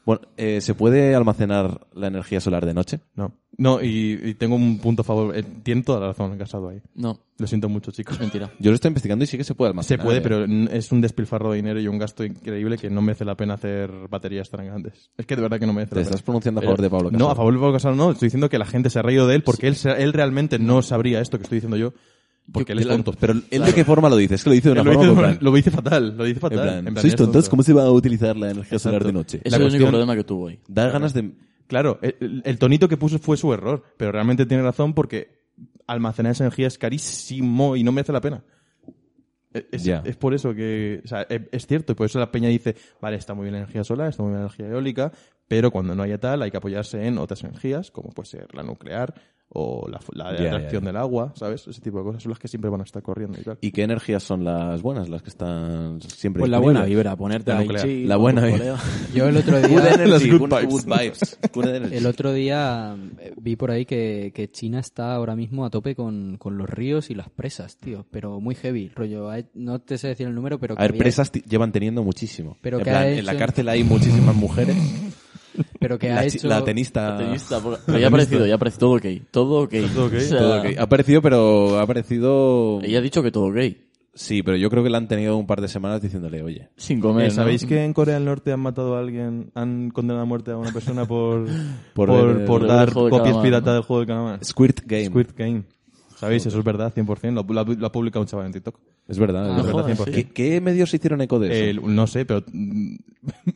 S5: Bueno, eh, ¿se puede almacenar la energía solar de noche?
S6: No. No, y, y tengo un punto a favor. Eh, Tiene toda la razón casado ahí.
S7: No,
S6: Lo siento mucho, chicos.
S7: mentira.
S5: Yo lo estoy investigando y sí que se puede
S6: Se
S5: almacenar.
S6: puede,
S5: eh.
S6: pero n- es un despilfarro de dinero y un gasto increíble que no merece la pena hacer baterías tan grandes. Es que de verdad que no merece
S5: Te
S6: la
S5: estás
S6: pena.
S5: pronunciando a favor de Pablo
S6: No,
S5: Casado.
S6: a favor de Pablo Casado no. Estoy diciendo que la gente se ha reído de él porque él, se- él realmente no sabría esto que estoy diciendo yo porque él es tonto.
S5: Pero él de qué forma lo dice? Es que lo dice de una
S6: Él lo,
S5: forma
S6: dice,
S5: en plan-
S6: lo dice fatal, lo dice fatal.
S5: en plan,
S6: En plan,
S5: ¿Sois
S6: es
S5: tontos?
S6: tonto.
S5: ¿Cómo se va a utilizar la energía solar de noche?
S7: Ese
S6: La
S7: es el único
S6: cuestión-
S7: problema que tuvo hoy.
S5: Da ganas de...
S6: Claro, el, el tonito que puso fue su error, pero realmente tiene razón porque almacenar esa energía es carísimo y no merece la pena. E- Es,
S5: Ya.
S6: es por eso que, o sea, e- es cierto, y por eso la peña dice, vale, está muy bien la energía solar, está muy bien la energía eólica, pero cuando no haya tal hay que apoyarse en otras energías, como puede ser la nuclear o la, fu- la de
S5: Ya, ya,
S6: reacción
S5: ya.
S6: del agua, ¿sabes? Ese tipo de cosas son las que siempre van a estar corriendo y tal.
S5: ¿Y qué energías son las buenas, las que están siempre
S8: Pues la
S5: disponibles?
S8: buena vibra, ponerte
S6: La
S8: ahí,
S6: nuclear.
S8: sí,
S5: La buena
S8: con tu
S5: vibra. <laughs>
S7: <laughs>
S8: colega.
S2: Yo el
S6: <laughs>
S2: otro
S5: Good
S2: día,
S5: energy,
S6: good
S5: good,
S6: vibes.
S5: good vibes. Good energy.
S2: el otro día eh, vi por ahí que, que China está ahora mismo a tope con, con los ríos y las presas, tío. Pero muy heavy, rollo. hay- No te sé decir el número, pero... que
S5: A ver,
S2: había-
S5: presas ti- llevan teniendo muchísimo.
S2: Pero
S5: en,
S2: que
S5: plan,
S2: ha
S5: en la
S2: hecho-
S5: cárcel hay muchísimas mujeres.
S2: Pero <laughs> que
S5: la,
S2: ha
S5: chi-
S2: hecho...
S5: la tenista...
S8: <laughs>
S7: Tenista,
S5: <laughs>
S7: por- pero ya ha aparecido, ya ha aparecido, todo ok. Todo ok.
S6: Todo ok,
S7: O sea,
S5: Todo ok. Ha aparecido, pero ha aparecido...
S8: Ah,
S7: Ella ha dicho que todo ok.
S5: Sí, pero yo creo que la han tenido un par de semanas diciéndole, oye,
S7: Sin comer.
S6: Eh,
S7: ¿no?
S6: ¿Sabéis que en Corea del Norte han matado a alguien, han condenado a muerte a una persona por,
S5: Por
S6: por,
S5: el-
S6: por
S7: el
S6: dar
S7: juego de
S6: copias
S7: calamar,
S6: pirata
S7: ¿no?
S6: del juego de Calamar?
S5: Squirt Game.
S6: Squid Game. ¿Sabéis? Eso es verdad, 100%. Lo, lo, lo ha publicado un chaval en TikTok.
S5: Es verdad,
S7: Ah,
S5: es verdad.
S7: joder,
S5: ¿Qué,
S7: sí.
S5: qué medios hicieron eco de eso?
S6: Eh, no sé, pero <laughs> mm,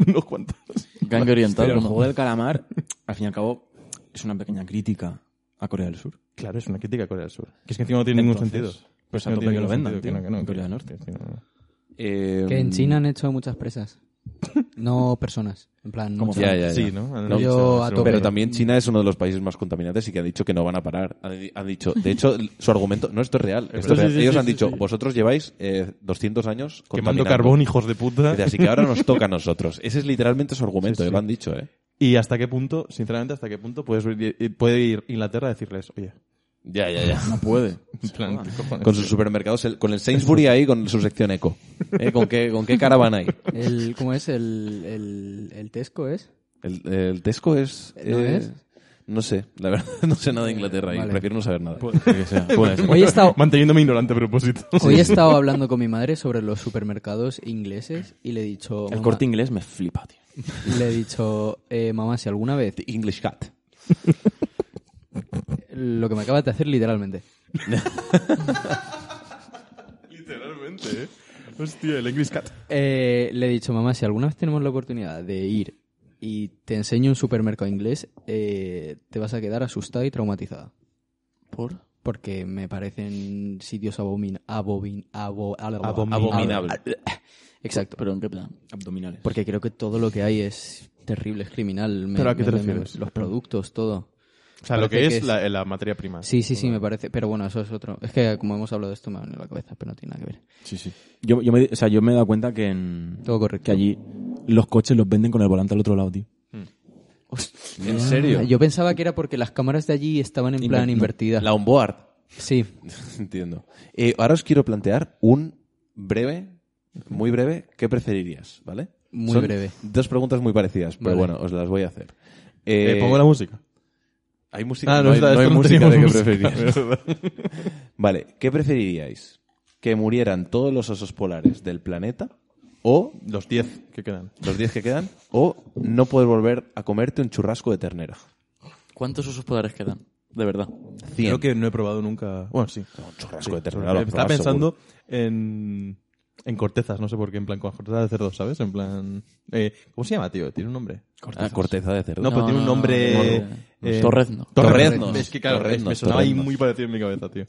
S6: unos cuantos.
S7: Gangue oriental.
S8: Pero el
S7: ¿no?
S8: juego del calamar, al fin y al cabo, es una pequeña crítica a Corea del Sur.
S6: Claro, es una crítica a Corea del Sur. Que es que encima no tiene ningún
S8: Entonces,
S6: sentido.
S8: pues a
S6: no
S8: tope
S6: tiene
S8: que lo
S6: ningún
S8: vendan,
S6: sentido,
S8: tío, en Corea del Norte.
S6: que no.
S5: Eh,
S2: Que
S6: Mm.
S2: en China han hecho muchas presas. No personas. En plan,
S8: Como
S2: muchas.
S5: Ya, ya, ya.
S6: Sí, ¿no? Han
S2: Yo
S6: dicho-
S2: a
S6: sí,
S2: tope.
S5: Pero
S2: Hombre.
S5: también China es uno de los países más contaminantes y que ha dicho que no van a parar. Han, di- han dicho, de hecho, l- su argumento, no, esto es real. Esto es
S6: verdad.
S5: real.
S6: Sí, sí,
S5: ellos
S6: sí,
S5: han
S6: sí,
S5: dicho,
S6: sí.
S5: vosotros lleváis eh, 200 años
S6: Quemando
S5: contaminando.
S6: carbón, hijos de puta.
S5: Dice, Así que ahora nos toca a nosotros. Ese es literalmente su argumento,
S6: Sí,
S5: eh,
S6: sí.
S5: lo han dicho, ¿eh?
S6: <laughs> Y hasta qué punto, sinceramente, hasta qué punto puedes, ir- puede ir Inglaterra a decirles, oye,
S5: Ya, ya, ya.
S7: No puede.
S6: en plan, ¿qué
S8: <laughs>
S5: <laughs>
S6: cojones?
S5: Con sus supermercados, el- con el Sainsbury ahí, con su sección eco. ¿Eh? ¿Con, qué, ¿Con qué caravana ahí?
S2: El, ¿Cómo es? El, el, el Tesco es.
S5: El, el Tesco es...
S2: ¿No
S5: eh,
S2: es?
S5: No sé, la verdad, <laughs> no sé nada de Inglaterra y
S2: Vale.
S5: prefiero no saber nada.
S8: Pues,
S2: Hoy he estado,
S6: Manteniéndome ignorante a propósito.
S2: hoy he estado hablando con mi madre sobre los supermercados ingleses y le he dicho.
S8: El
S2: "Mamá",
S8: corte inglés me flipa, tío.
S2: Le he dicho, eh, mamá, si alguna vez.
S5: The English Cat.
S2: Lo que me acabas de hacer literalmente.
S6: Literalmente, ¿eh? Hostia, el English Cat.
S2: Eh, le he dicho, mamá, si alguna vez tenemos la oportunidad de ir y te enseño un supermercado inglés, eh, te vas a quedar asustada y traumatizada.
S7: ¿Por?
S2: Porque me parecen sitios abomin, abomin, abo- algo-
S6: Abominable.
S2: abominable. <laughs> Exacto.
S7: ¿Pero en qué plan?
S8: Abdominales.
S2: Porque creo que todo lo que hay es terrible, es criminal. Me-
S6: ¿Pero a qué te
S2: me- me-
S6: refieres?
S2: Los productos, todo.
S6: O sea, lo
S2: Parece
S6: que
S2: que
S6: es,
S2: es-
S6: La, la materia prima.
S2: Sí, sí, sí, me parece. Pero bueno, eso es otro. Es que como hemos hablado de esto, me ha venido a la cabeza, pero no tiene nada que ver.
S8: Sí, sí. Yo, yo, me, o sea, yo me he dado cuenta que en...
S2: Todo correcto.
S8: Que allí los coches los venden con el volante al otro lado, tío.
S6: Mm.
S5: ¿En serio?
S2: Yo pensaba que era porque las cámaras de allí estaban en plan
S8: Inver- no,
S2: invertidas.
S5: La onboard. <laughs>
S2: Sí.
S5: Entiendo. Eh, ahora os quiero plantear un breve, muy breve, ¿qué preferirías? ¿Vale?
S2: Muy breve.
S5: Dos preguntas muy parecidas, pero
S2: Vale.
S5: bueno, os las voy a hacer.
S6: Eh,
S5: Eh,
S6: ¿Pongo la música?
S5: Hay música,
S6: Ah,
S5: no,
S6: no,
S5: hay,
S6: está-
S5: no hay
S6: esto no
S5: música de qué
S6: teníamos <laughs>
S5: preferirías. <laughs> vale, ¿qué preferiríais? ¿Que murieran todos los osos polares del planeta? ¿O
S6: Los 10 que quedan.
S5: los 10 que quedan? ¿O no poder volver a comerte un churrasco de ternera?
S7: ¿Cuántos osos polares quedan? De verdad.
S5: 100.
S6: Creo que no he probado nunca. Bueno, sí.
S5: Un churrasco de
S6: Sí,
S5: ternera. lo
S6: Estaba
S5: probas
S6: pensando en, en cortezas, no sé por qué, en plan, con cortezas de cerdo, ¿sabes? En plan. eh, ¿Cómo se llama, tío? Tiene un nombre.
S5: seguro. Ah, corteza de cerdo.
S6: No, pero tiene un nombre.
S7: no.
S6: eh,
S7: Torrezno.
S5: Torreznos.
S6: Es que claro,
S5: Torreznos,
S6: me sonaba ahí
S5: torreznos.
S6: muy parecido en mi cabeza, tío.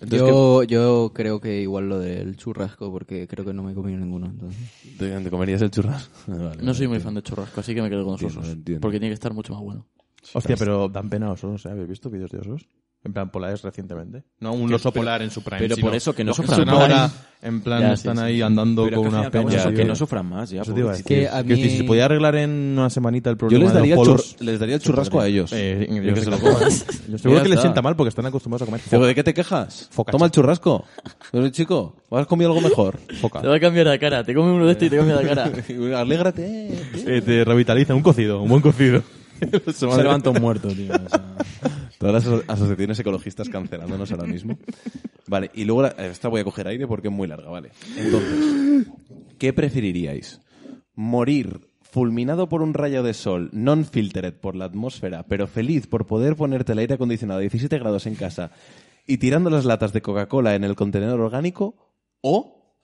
S5: Entonces,
S2: yo, yo creo que igual lo del churrasco, porque creo que no me he comido ninguno. Entonces.
S5: ¿Te, te comerías el churrasco? <laughs> Vale,
S7: No soy muy
S5: entiendo.
S7: fan de churrasco, así que me quedo con los
S5: Entiendo,
S7: osos.
S5: entiendo.
S7: Porque tiene que estar mucho más bueno.
S6: Hostia, pero dan pena osos, ¿eh? ¿Habéis visto vídeos de osos? En plan, polares recientemente. No un oso polar en su prime.
S8: pero
S6: sino
S8: por eso que no
S6: los
S8: sufran
S6: son
S8: más.
S6: ahora, en plan,
S7: Ya, sí,
S6: están
S7: sí,
S6: ahí andando
S8: Pero
S6: con
S8: que al fin y
S6: una
S8: al cabo,
S6: peña.
S8: eso,
S6: tío.
S8: que no sufran más, ya. pues.
S6: Eso
S8: porque
S6: te iba a
S8: si-
S6: decir.
S2: que a
S6: Quiero decir,
S2: mí-
S6: si se podía arreglar en una semanita el
S5: Yo
S6: problema
S5: les daría,
S6: de
S5: el
S6: los polos...
S5: chur- les daría el churrasco a ellos.
S6: Eh,
S5: Yo
S6: yo
S5: que
S6: que
S5: se
S6: sé.
S5: lo
S6: <laughs>
S5: coman.
S6: Yo seguro
S5: Ya
S6: que les
S5: está.
S6: sienta mal porque están acostumbrados a comer
S5: Digo,
S6: foca.
S5: ¿de qué te quejas?
S6: Focacha.
S5: Toma el churrasco. Pero, chico, ¿has comido algo mejor?
S6: foca.
S7: Te va a cambiar la cara. Te come uno de estos y te cambia la
S8: <laughs>
S7: cara.
S5: Alégrate. eh, tío.
S6: Eh, te revitaliza un cocido, un buen <laughs> cocido.
S8: Se levanta un muerto, tío. o sea.
S5: Todas las aso- asociaciones ecologistas cancelándonos ahora mismo. <laughs> Vale, y luego la- esta voy a coger aire porque es muy larga, vale. Entonces, ¿qué preferiríais? ¿Morir fulminado por un rayo de sol, non-filtered por la atmósfera, pero feliz por poder ponerte el aire acondicionado a 17 grados en casa y tirando las latas de Coca-Cola en el contenedor orgánico? ¿O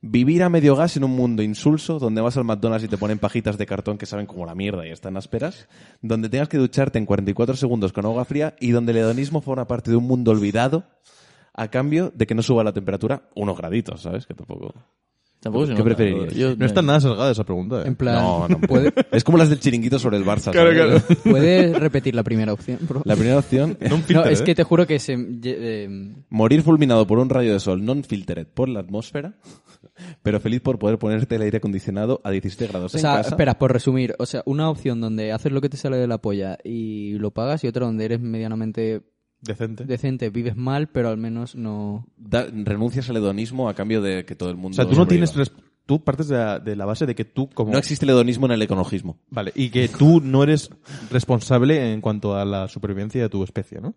S5: vivir a medio gas en un mundo insulso donde vas al McDonald's y te ponen pajitas de cartón que saben como la mierda y están ásperas, donde tengas que ducharte en 44 segundos con agua fría y donde el hedonismo forma parte de un mundo olvidado a cambio de que no suba la temperatura unos graditos, ¿sabes? Que tampoco...
S7: Tampoco se
S5: ¿Qué
S7: nota.
S5: preferirías?
S7: Yo-
S6: No está nada salgada esa pregunta,
S2: En
S6: eh.
S2: plan,
S5: No, tampoco.
S2: ¿puede-
S5: Es como las del chiringuito sobre el Barça. ¿sabes?
S6: <laughs>
S2: ¿puedes repetir la primera opción, bro?
S5: La primera opción...
S6: No un
S2: No,
S6: filter,
S2: es
S6: ¿eh?
S2: que te juro que se... ye- eh,
S5: Morir fulminado por un rayo de sol non-filtered por la atmósfera, pero feliz por poder ponerte el aire acondicionado a 17
S2: o
S5: grados
S8: Pues
S5: en
S2: sea,
S5: casa.
S2: espera, por resumir. O sea, una opción donde haces lo que te sale de la polla y lo pagas y otra donde eres medianamente
S6: Decente.
S2: decente, vives mal, pero al menos no...
S5: da- renuncias al hedonismo a cambio de que todo el
S6: O
S5: mundo.
S6: sea, tú no
S5: sobreviva.
S6: tienes... res- Tú partes de la, de la base de que tú como...
S5: No existe el hedonismo en el ecologismo.
S6: Vale, y que tú no eres responsable en cuanto a la supervivencia de tu especie, ¿no?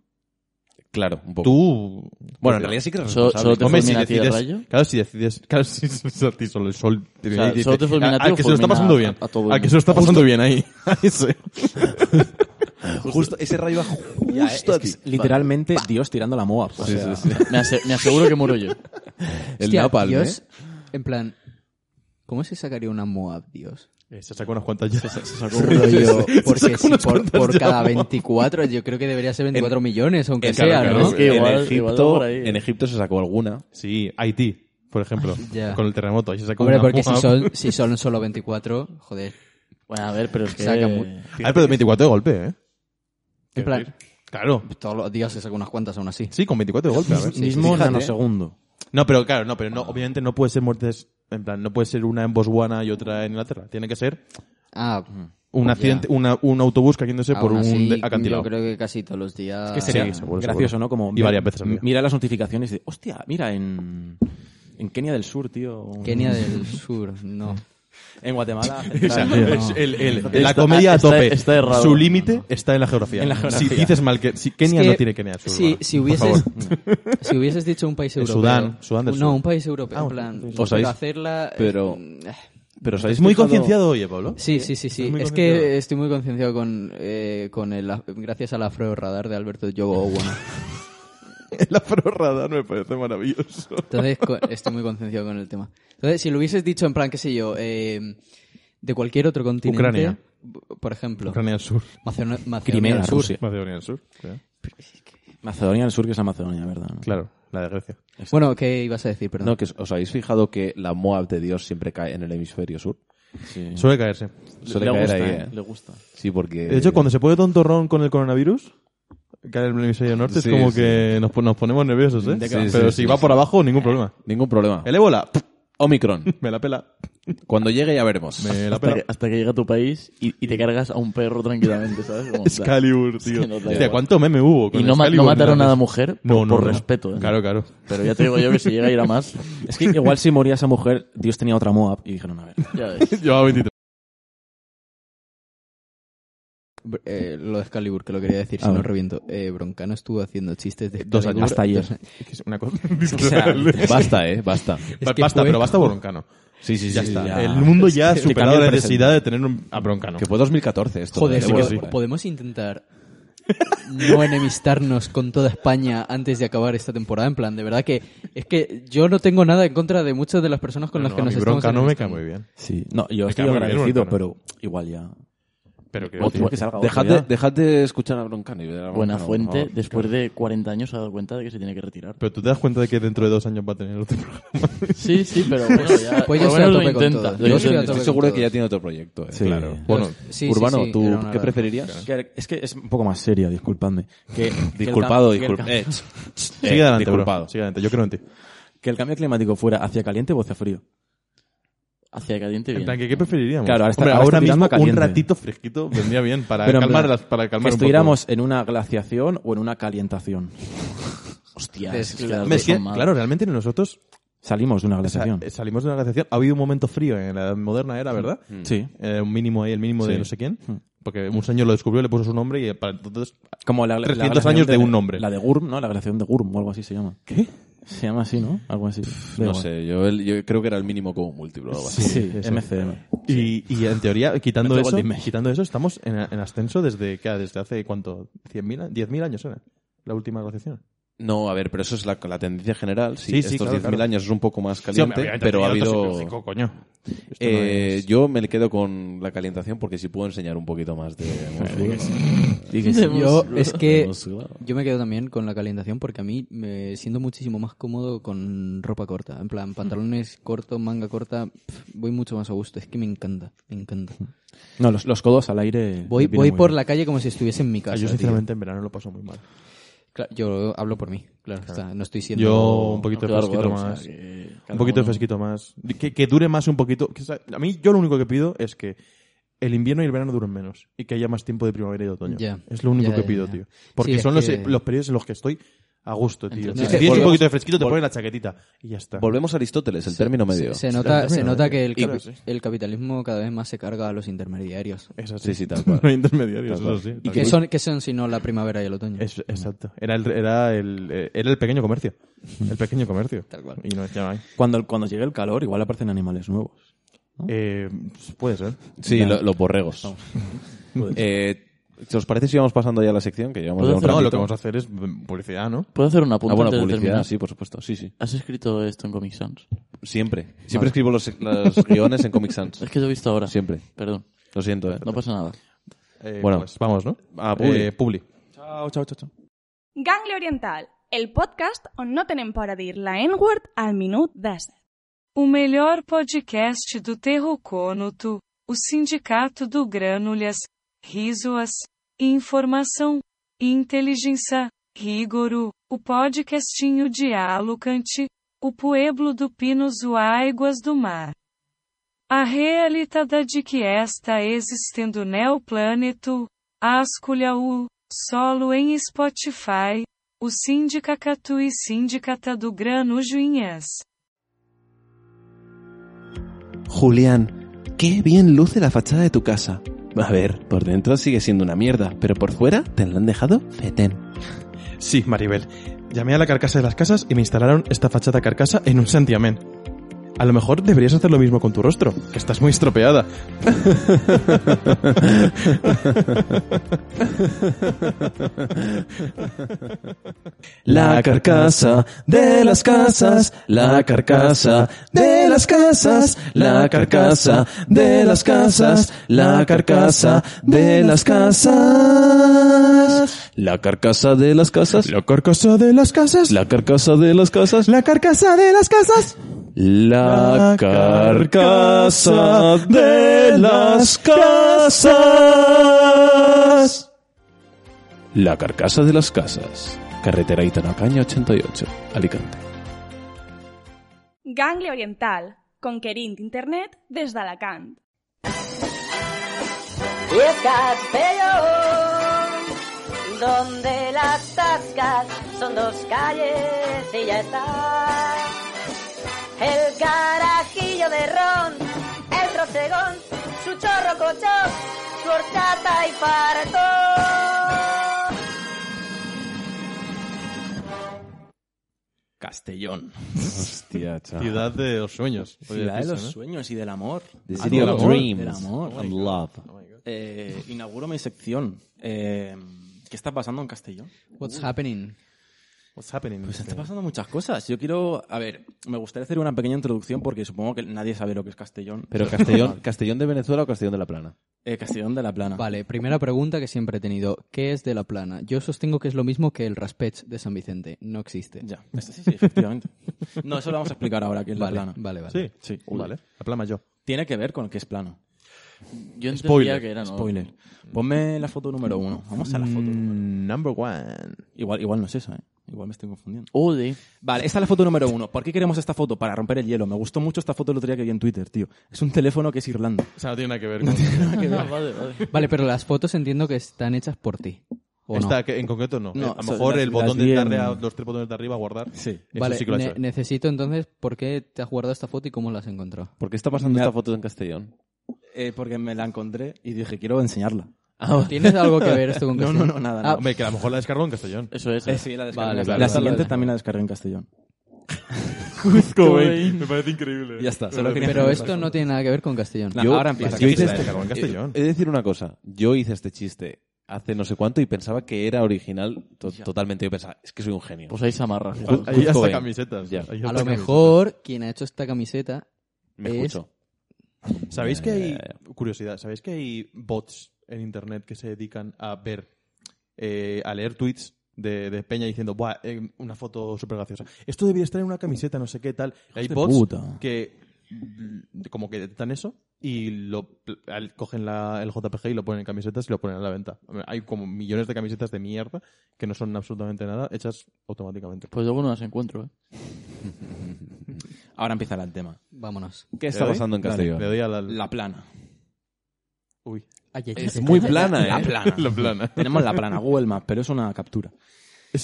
S5: Claro, un poco.
S6: Tú.
S5: Bueno, en realidad sí que eres
S7: Solo-
S5: responsable.
S7: solo te
S6: Hombre, si
S7: fulmina a ti el
S6: decides,
S7: rayo?
S6: Claro, si decides. Claro, <laughs> si si a ti solo el sol. te
S7: O
S6: viene
S7: sea,
S6: y dice,
S7: solo te fulmina a ti
S6: "Al
S7: o
S6: que se lo está
S7: fulmina
S6: pasando bien.
S7: a- a todo el
S6: al que
S7: mundo".
S6: se lo está pasando bien ahí. <laughs> Ahí sí.
S5: Justo, ese rayo
S7: <laughs>
S5: va <laughs>
S8: Ya, es
S5: justo
S8: que es
S5: aquí.
S8: literalmente Dios tirando la moa. O sea, <laughs>
S7: Me, ase- me aseguro que muero yo.
S5: El
S2: Hostia,
S5: napalm,
S2: Dios,
S5: ¿eh?
S2: En plan, ¿cómo se sacaría una Moab, Dios?
S6: Eh, Se sacó unas cuantas ya.
S2: <laughs> Rollo, porque si
S6: unas
S2: por,
S6: cuantas
S2: por
S6: ya.
S2: cada 24, yo creo que debería ser 24 millones, aunque
S5: En-
S2: sea,
S5: claro,
S2: ¿no?
S7: es que
S5: en
S7: igual-
S5: Egipto-
S7: igual va por ahí, ¿eh?
S5: en Egipto se sacó alguna.
S6: Sí, Haití, por ejemplo.
S2: Ya.
S6: Con el terremoto. Ahí se sacó
S2: Hombre,
S6: una
S2: porque si
S6: moja.
S2: son, si son solo 24, joder.
S7: Bueno, a ver, pero es que...
S2: Saca mu-
S6: Ah, pero 24 de golpe, ¿eh?
S2: En plan,
S6: Claro.
S2: todos los días se saca unas cuantas aún así.
S6: Sí, con 24 de golpe, a
S2: <laughs>
S6: ver.
S8: mismo nanosegundo.
S6: No, pero claro, no, pero no, obviamente no puede ser muertes. En plan, no puede ser una en Botswana y otra en Inglaterra. Tiene que ser
S2: Ah,
S6: un
S2: Ya.
S6: accidente, una, un autobús cayéndose por
S2: aún
S6: un
S2: así,
S6: de- acantilado.
S2: Yo creo que casi todos los días.
S8: Es que sería
S6: sí, seguro,
S8: gracioso,
S6: seguro.
S8: ¿no? Como
S6: Y varias veces al día.
S8: Mira las notificaciones y dice, hostia, mira, en, en Kenia del Sur, tío.
S2: Kenia
S6: Mm.
S2: del Sur, no.
S8: <laughs> En <laughs> Guatemala.
S6: O sea, es el- el- la
S7: Está-
S6: comedia a
S7: está-
S6: tope.
S7: está errado.
S6: Su límite está en la, geografía.
S8: En la geografía.
S6: Si dices mal que si Kenia
S2: Es que
S6: no tiene Kenia. del Sur,
S2: Si,
S6: vale.
S2: si, <laughs>
S6: Por
S2: hubieses,
S6: favor.
S2: si hubieses dicho un país
S6: En
S2: europeo.
S6: Sudán, Sudán del
S2: no,
S6: Sur. Ah,
S2: un país europeo, en plan.
S5: ¿Os habéis-
S2: pero hacerla. eh,
S5: pero-
S2: eh,
S5: Pero
S6: Es muy concienciado, oye, Pablo.
S2: Sí, sí, sí, sí.
S6: muy
S2: Es
S6: concienciado. <laughs>
S2: que eh, estoy muy concienciado con, eh, con el, gracias al afro radar de Alberto Yogo Owen.
S6: El afro radar me parece maravilloso.
S2: Entonces, co- estoy muy concienciado con el tema. Entonces, si lo hubieses dicho en plan, qué sé yo, eh, de cualquier otro continente.
S6: Ucrania.
S2: b- Por ejemplo,
S6: Ucrania del Sur.
S2: Macedon- Macedonia
S8: Crimea,
S2: del Sur.
S8: Rusia.
S6: Macedonia del Sur. claro.
S8: Macedonia del Sur, que es la Macedonia, ¿verdad? ¿no?
S6: Claro, la de Grecia.
S2: Bueno, ¿qué ibas a decir? Perdón.
S5: No, que os- os habéis fijado que la Moab de Dios siempre cae en el hemisferio sur.
S7: Sí.
S6: Suele caerse.
S5: Suele
S7: le,
S5: caer
S7: gusta,
S5: ahí,
S7: ¿eh?
S5: ¿eh?
S7: le gusta.
S5: Sí, porque.
S6: De hecho, cuando se pone tontorrón con el coronavirus, cae el hemisferio norte,
S5: Sí,
S6: es como
S5: sí.
S6: que nos, pon- nos ponemos nerviosos, ¿eh?
S5: De que- Sí,
S6: Pero
S5: sí,
S6: si
S5: sí,
S6: va
S5: sí.
S6: por abajo, ningún problema.
S5: Ningún problema.
S6: El ébola, pff, <laughs>
S5: Omicron.
S6: me la pela.
S5: Cuando llegue ya veremos.
S6: Me
S5: <laughs>
S6: la
S7: Hasta
S6: pela.
S7: que, hasta que llega a tu país y, y te cargas a un perro tranquilamente, ¿sabes? Como,
S6: Excalibur,
S7: Sí, no
S6: tío.
S7: te da
S6: Hostia,
S7: igual.
S6: ¿cuánto meme hubo? con
S7: Y no, ma- no
S6: Excalibur?
S7: mataron a la mujer por,
S6: No, no,
S7: por
S6: no.
S7: respeto. ¿eh?
S6: Claro, claro. <laughs>
S7: Pero ya te digo yo que si llega a ir a más,
S8: <laughs> Es que igual si moría esa mujer, Dios tenía otra Moab y dijeron, a ver.
S7: <laughs> ya ves.
S6: Llevaba 23.
S2: Br- eh, lo de Excalibur, que lo quería decir,
S8: A
S2: si no
S8: ver.
S2: reviento. Eh, Broncano estuvo haciendo chistes de
S8: Ah, Dos años.
S2: Excalibur.
S8: Hasta ayer.
S6: Es que es una <laughs> cosa.
S8: <laughs> que sea-
S5: Basta, eh, basta.
S6: Va-
S2: que
S6: basta,
S2: fue-
S6: pero basta Boroncano.
S5: Sí, sí, sí.
S6: ya
S5: sí,
S6: está.
S5: ya.
S6: El mundo ya ha
S8: Ah, Es que
S6: superado
S8: cambia
S6: la
S8: el
S6: necesidad de tener un, a Broncano.
S5: Que fue 2014 esto.
S2: Joder,
S5: eh,
S2: sí
S5: por
S2: que
S5: ahí.
S2: podemos intentar no enemistarnos con toda España antes de acabar esta temporada. En plan, de verdad que es que yo no tengo nada en contra de muchas de las personas con
S6: No,
S2: las
S6: no,
S2: que
S6: a
S2: nos
S6: mí
S2: estamos
S6: Broncano me cae
S2: enemistando.
S6: muy bien.
S8: Sí. No, yo
S6: Me
S8: estoy
S6: cae muy bien,
S8: agradecido,
S6: Volcano.
S8: pero igual ya.
S6: Pero que,
S7: Otro
S6: tío,
S8: que salga
S5: Dejad
S8: otro
S5: de,
S8: ya.
S5: dejad de escuchar a Broncano. y ver a Broncano,
S7: Buena
S5: por
S7: fuente,
S5: favor.
S7: después de 40 años se ha dado cuenta de que se tiene que
S6: <laughs>
S7: retirar.
S6: pero tú te das cuenta de que dentro de dos años va a tener otro <laughs> programa.
S7: Sí, sí, pero bueno, ya.
S2: Pues
S7: por
S2: yo
S7: lo
S2: estoy a
S7: menos lo
S2: tope con
S7: intenta. Lo
S2: todo. Yo
S7: intenta.
S2: estoy a
S5: Estoy
S2: tope
S5: seguro
S2: con
S5: de que ya
S2: todos.
S5: tiene otro proyecto. eh.
S8: Sí.
S5: Claro.
S6: Bueno,
S2: Sí, sí,
S5: Urbano,
S2: sí,
S5: ¿tú
S2: era una
S5: qué
S2: broma.
S5: preferirías?
S8: Que- Es que es un poco más seria, disculpadme. Que,
S5: Disculpado,
S8: que el
S5: disculpado.
S8: cam- que
S6: Eh,
S8: el cam- Eh,
S6: sigue adelante, bro.
S5: disculpado.
S6: Sigue adelante. Yo creo en ti.
S8: Que el cambio climático fuera hacia caliente o hacia frío.
S7: Hacia caliente
S6: En
S7: bien.
S6: plan, ¿qué, qué preferiríamos?
S8: Claro, ahora está-
S6: Hombre,
S8: ahora está tirando
S6: mismo
S8: a caliente.
S6: un ratito fresquito vendría bien para
S8: Pero en
S6: calmar,
S8: plan,
S6: las, para calmar
S8: que
S6: un poco.
S8: estuviéramos en una glaciación o en una calientación.
S7: <laughs> Hostia,
S2: Des-
S7: es que las
S2: Hombre,
S6: Hombre,
S7: dos
S6: es que,
S7: son malas.
S6: claro, realmente nosotros
S8: Salimos de una
S6: o sea,
S8: glaciación.
S6: salimos de una glaciación. Ha habido un momento frío en la edad moderna era, ¿verdad?
S8: Sí. Mm.
S6: Eh, un mínimo ahí, el mínimo de
S5: Sí.
S6: no sé quién. Porque un señor lo descubrió, le puso su nombre y eh, para entonces...
S8: Como la, la
S6: 300
S8: glaciación
S6: años de un nombre.
S8: La de Gurm, ¿no? La glaciación de Gurm o algo así se llama. ¿Qué? Se llama así, ¿no? Algo así. Da
S5: No
S8: igual.
S5: sé, yo, el- yo creo que era el mínimo como múltiplo. o algo así.
S8: Sí, MCM.
S6: Y, y en teoría, quitando
S8: Mete
S6: eso,
S8: gol de Messi.
S6: quitando eso, estamos en, en ascenso desde, ¿qué? desde hace, ¿cuánto? ¿100.000? ¿10.000 años era? La última glaciación.
S5: No, a ver, pero eso es la, la tendencia general. Sí,
S6: Sí, sí,
S5: estos
S6: claro,
S5: 10.000
S6: claro.
S5: años es un poco más
S6: Sí,
S5: caliente,
S6: hombre, obviamente,
S5: pero ha
S6: tenía otro
S5: habido...
S6: significado, coño. Esto no
S5: Eh,
S6: es-
S5: Yo me le quedo con la calientación porque sí puedo enseñar un poquito más
S6: <laughs>
S5: de...
S2: Yo es que
S5: Hemos sudado.
S2: yo me quedo también con la calentación porque a mí me siento muchísimo más cómodo con ropa corta, en plan
S8: <laughs>
S2: pantalones cortos, manga corta, pf, voy mucho más a gusto, es que me encanta, me encanta.
S8: No, los, los codos al aire.
S2: Voy
S8: vienen
S2: voy
S8: muy
S2: por
S8: bien.
S2: la calle como si estuviese en mi
S6: Ah,
S2: casa.
S6: yo
S2: tío.
S6: sinceramente en verano lo paso muy mal.
S2: Cla- yo hablo por mí, claro, o sea, no estoy siendo
S6: Yo Oh, un poquito de
S7: Claro,
S6: fresquito
S7: claro, o sea,
S6: más.
S7: que
S6: Un
S7: cada
S6: poquito de
S7: uno-
S6: fresquito más. Que, que dure más un poquito. que sa- a mí yo lo único que pido es que el invierno y el verano duren menos y que haya más tiempo de primavera y de otoño.
S2: Ya.
S6: Es lo único
S2: Ya,
S6: que
S2: ya,
S6: pido,
S2: ya.
S6: tío. Porque
S2: Sí, es
S6: son los,
S2: que-
S6: los periodos en los que estoy a gusto, tío.
S7: Entretenido.
S6: Si tienes un
S5: Volvemos-
S6: poquito de fresquito, te
S5: vol-
S6: ponen la chaquetita y ya está.
S5: Volvemos a Aristóteles, el término medio.
S2: Se, se nota, se
S6: Claro,
S2: nota
S6: sí.
S2: que el,
S6: Y-
S2: capi- el capitalismo cada vez más se carga a los intermediarios.
S6: Es así.
S5: Sí, sí, tal
S6: <laughs>
S5: cual.
S6: No hay intermediarios,
S5: Tal cual.
S6: eso sí.
S2: ¿Y
S6: tal
S2: qué
S6: cual.
S2: son, qué son sino la primavera y el otoño?
S6: Es- exacto. Era el, era, el, eh, era el pequeño comercio. El pequeño comercio.
S2: Tal cual.
S6: Y no, ya no hay.
S8: Cuando, cuando llegue el calor, igual aparecen animales nuevos.
S6: Eh, puede ser.
S5: Sí, lo- los borregos. <laughs> Eh, ¿Os parece si vamos pasando ya a la sección? Que llevamos ya un
S6: No,
S5: ratito.
S6: lo que vamos a hacer es mm, publicidad, ¿no?
S7: ¿Puedo hacer una
S5: Ah,
S7: apunte
S5: bueno,
S7: antes de
S5: publicidad,
S7: terminar?
S5: sí, por supuesto. Sí, sí.
S7: ¿Has escrito esto en Comic Sans?
S5: Siempre. Siempre escribo los,
S6: <laughs>
S5: los guiones en Comic Sans.
S7: Es que lo he visto ahora.
S5: Siempre.
S7: Perdón.
S5: Lo siento, ¿eh?
S7: No pasa nada.
S6: Eh,
S5: Bueno.
S6: pues vamos, ¿no?
S5: Ah, publi.
S6: Eh, publi.
S8: Chao, chao, chao. chao.
S4: Gangle Oriental, el podcast on no tenen por a dir la N-word al minut 10.
S9: O melhor podcast do Terroconoto, o Sindicato do Grânulhas, Risoas, Informação, Inteligência, Rigoro, o podcastinho de Alucante, o Pueblo do Pinos o Águas do Mar. A realidade é de que está existendo neo planeto, Asculha o solo em Spotify, o Sindicato e Sindicata do Granujuinhas.
S5: Julián, qué bien luce la fachada de tu casa. A ver, por dentro sigue siendo una mierda, pero por fuera te la han dejado fetén.
S6: Sí, Maribel. Llamé a la carcasa de las casas y me instalaron esta fachada carcasa en un santiamén. A lo mejor deberías hacer lo mismo con tu rostro, que estás muy estropeada.
S5: La carcasa de las casas, la carcasa de las casas, la carcasa de las casas, la carcasa de las casas. La carcasa de las casas,
S6: La carcasa de las casas,
S5: la carcasa de las casas,
S6: la carcasa de las casas.
S5: La carcasa de las casas. La carcasa de las casas. Carretera Itanacaña 88, Alicante.
S4: Gangle Oriental, conquerint internet des d'Alacant.
S10: Y es Castellón, donde las tascas son dos calles y ya está. El carajillo de ron, el trocegón, su chorro cochón, su horchata y paratón.
S8: Castellón.
S5: Hostia, chaval.
S6: Ciudad de los sueños.
S8: Ciudad de los sueños y del amor.
S5: The
S8: Ah,
S5: city
S8: del
S5: of
S8: amor,
S5: dreams Oh
S8: Del amor.
S5: and love.
S8: Eh, inauguro mi sección. Eh, ¿Qué está pasando en Castellón?
S2: What's happening?
S6: What's happening?
S8: Pues está pasando muchas cosas. Yo quiero, a ver, me gustaría hacer una pequeña introducción porque supongo que nadie sabe lo que es Castellón.
S5: Pero Castellón, Castellón de Venezuela o Castellón de la Plana.
S8: <laughs> Eh, Castellón de la Plana.
S2: Vale, primera pregunta que siempre he tenido. ¿Qué es de la plana? Yo sostengo que es lo mismo que el raspech de San Vicente. No existe.
S8: Ya, Este sí, sí, efectivamente. No, eso lo vamos a explicar ahora, que es
S2: Vale,
S8: la plana.
S2: vale, vale.
S6: Sí,
S8: Sí.
S6: vale. La plama yo.
S8: Tiene que ver con que es plano.
S7: Yo entendía
S6: Spoiler,
S7: que era no.
S8: Spoiler. Ponme la foto número uno. Vamos a la foto. número-
S6: Mm, Number one.
S8: Igual, igual no es esa, ¿eh? Igual me estoy confundiendo.
S7: Ole.
S8: Vale, esta es la foto número uno. ¿Por qué queremos esta foto? Para romper el hielo. Me gustó mucho esta foto el otro día que vi en Twitter, tío. Es un teléfono que es Irlanda.
S6: O sea, no tiene nada que ver con...
S7: Ah, vale, vale.
S2: Vale, pero las fotos entiendo que están hechas por ti. ¿o no?
S6: Esta, que en concreto no.
S8: No,
S6: Eh, a
S8: o
S6: lo
S8: sea,
S6: mejor
S8: las-
S6: el
S8: las
S6: botón
S8: vi
S6: de darle
S8: en-
S6: a los tres botones de arriba a guardar.
S8: Sí.
S6: Eso
S2: Vale,
S6: sí que lo ha
S2: ne-
S6: hecho. él.
S2: necesito entonces, ¿por qué te has guardado esta foto y cómo la has encontrado?
S5: ¿Por qué está pasando
S8: Me ha-
S5: esta foto en Castellón?
S8: Eh, porque me la encontré y dije, quiero enseñarla.
S2: ¿Tienes algo que ver <laughs> esto con
S8: No,
S2: Castellón?
S8: no, no, nada,
S2: Ah,
S8: nada.
S6: Hombre, que a lo mejor la descargó en castellón.
S7: Eso es.
S8: Eh, sí, la descargué.
S2: Vale,
S8: en
S2: claro,
S8: la
S2: claro,
S8: siguiente
S2: claro.
S8: también la descargué en castellón.
S6: Me parece increíble.
S8: Ya está, solo quería
S2: Pero esto no tiene nada que ver con Castellón.
S8: Nah, ahora empieza. eh,
S6: es
S5: yo
S6: que
S5: hice
S6: se la
S5: este-
S6: descargó en castellón.
S5: He de decir una cosa. Yo hice este chiste hace no sé cuánto y pensaba que era original to- totalmente. Yo pensaba, es que soy un genio.
S7: Pues ahí se amarra.
S5: Kurt-
S6: Ahí
S5: Kurt
S6: hasta
S5: Cobain.
S6: camisetas.
S5: Ya.
S6: Ahí
S2: A
S6: hasta
S2: lo
S6: camisetas.
S2: mejor quien ha hecho esta camiseta
S5: Me
S2: es-
S5: escucho.
S6: ¿Sabéis
S5: Ya,
S6: que
S5: ya,
S6: hay...
S5: ya,
S6: Curiosidad. ¿Sabéis que hay bots en internet que se dedican a ver... eh, a leer tweets de, de Peña diciendo Buah, eh, una foto súper graciosa. Esto debería estar en una camiseta, no sé qué tal. Y hay
S8: de
S6: bots
S8: puta.
S6: que mm, como que detectan eso y lo pl- al- cogen la- el JPG y lo ponen en camisetas y lo ponen a la venta. Hombre, Hay como millones de camisetas de mierda que no son absolutamente nada hechas automáticamente.
S7: Pues luego no las encuentro, ¿eh?
S8: Ahora empieza el tema. Eh,
S2: Vámonos.
S5: ¿Qué está pasando en Castellón?
S6: Le doy a la...
S8: La plana.
S6: Uy.
S5: Es muy plana,
S8: La
S5: ¿eh?
S8: plana.
S6: plana. ¿eh? <laughs>
S8: Tenemos la plana, Google Maps, pero es una captura.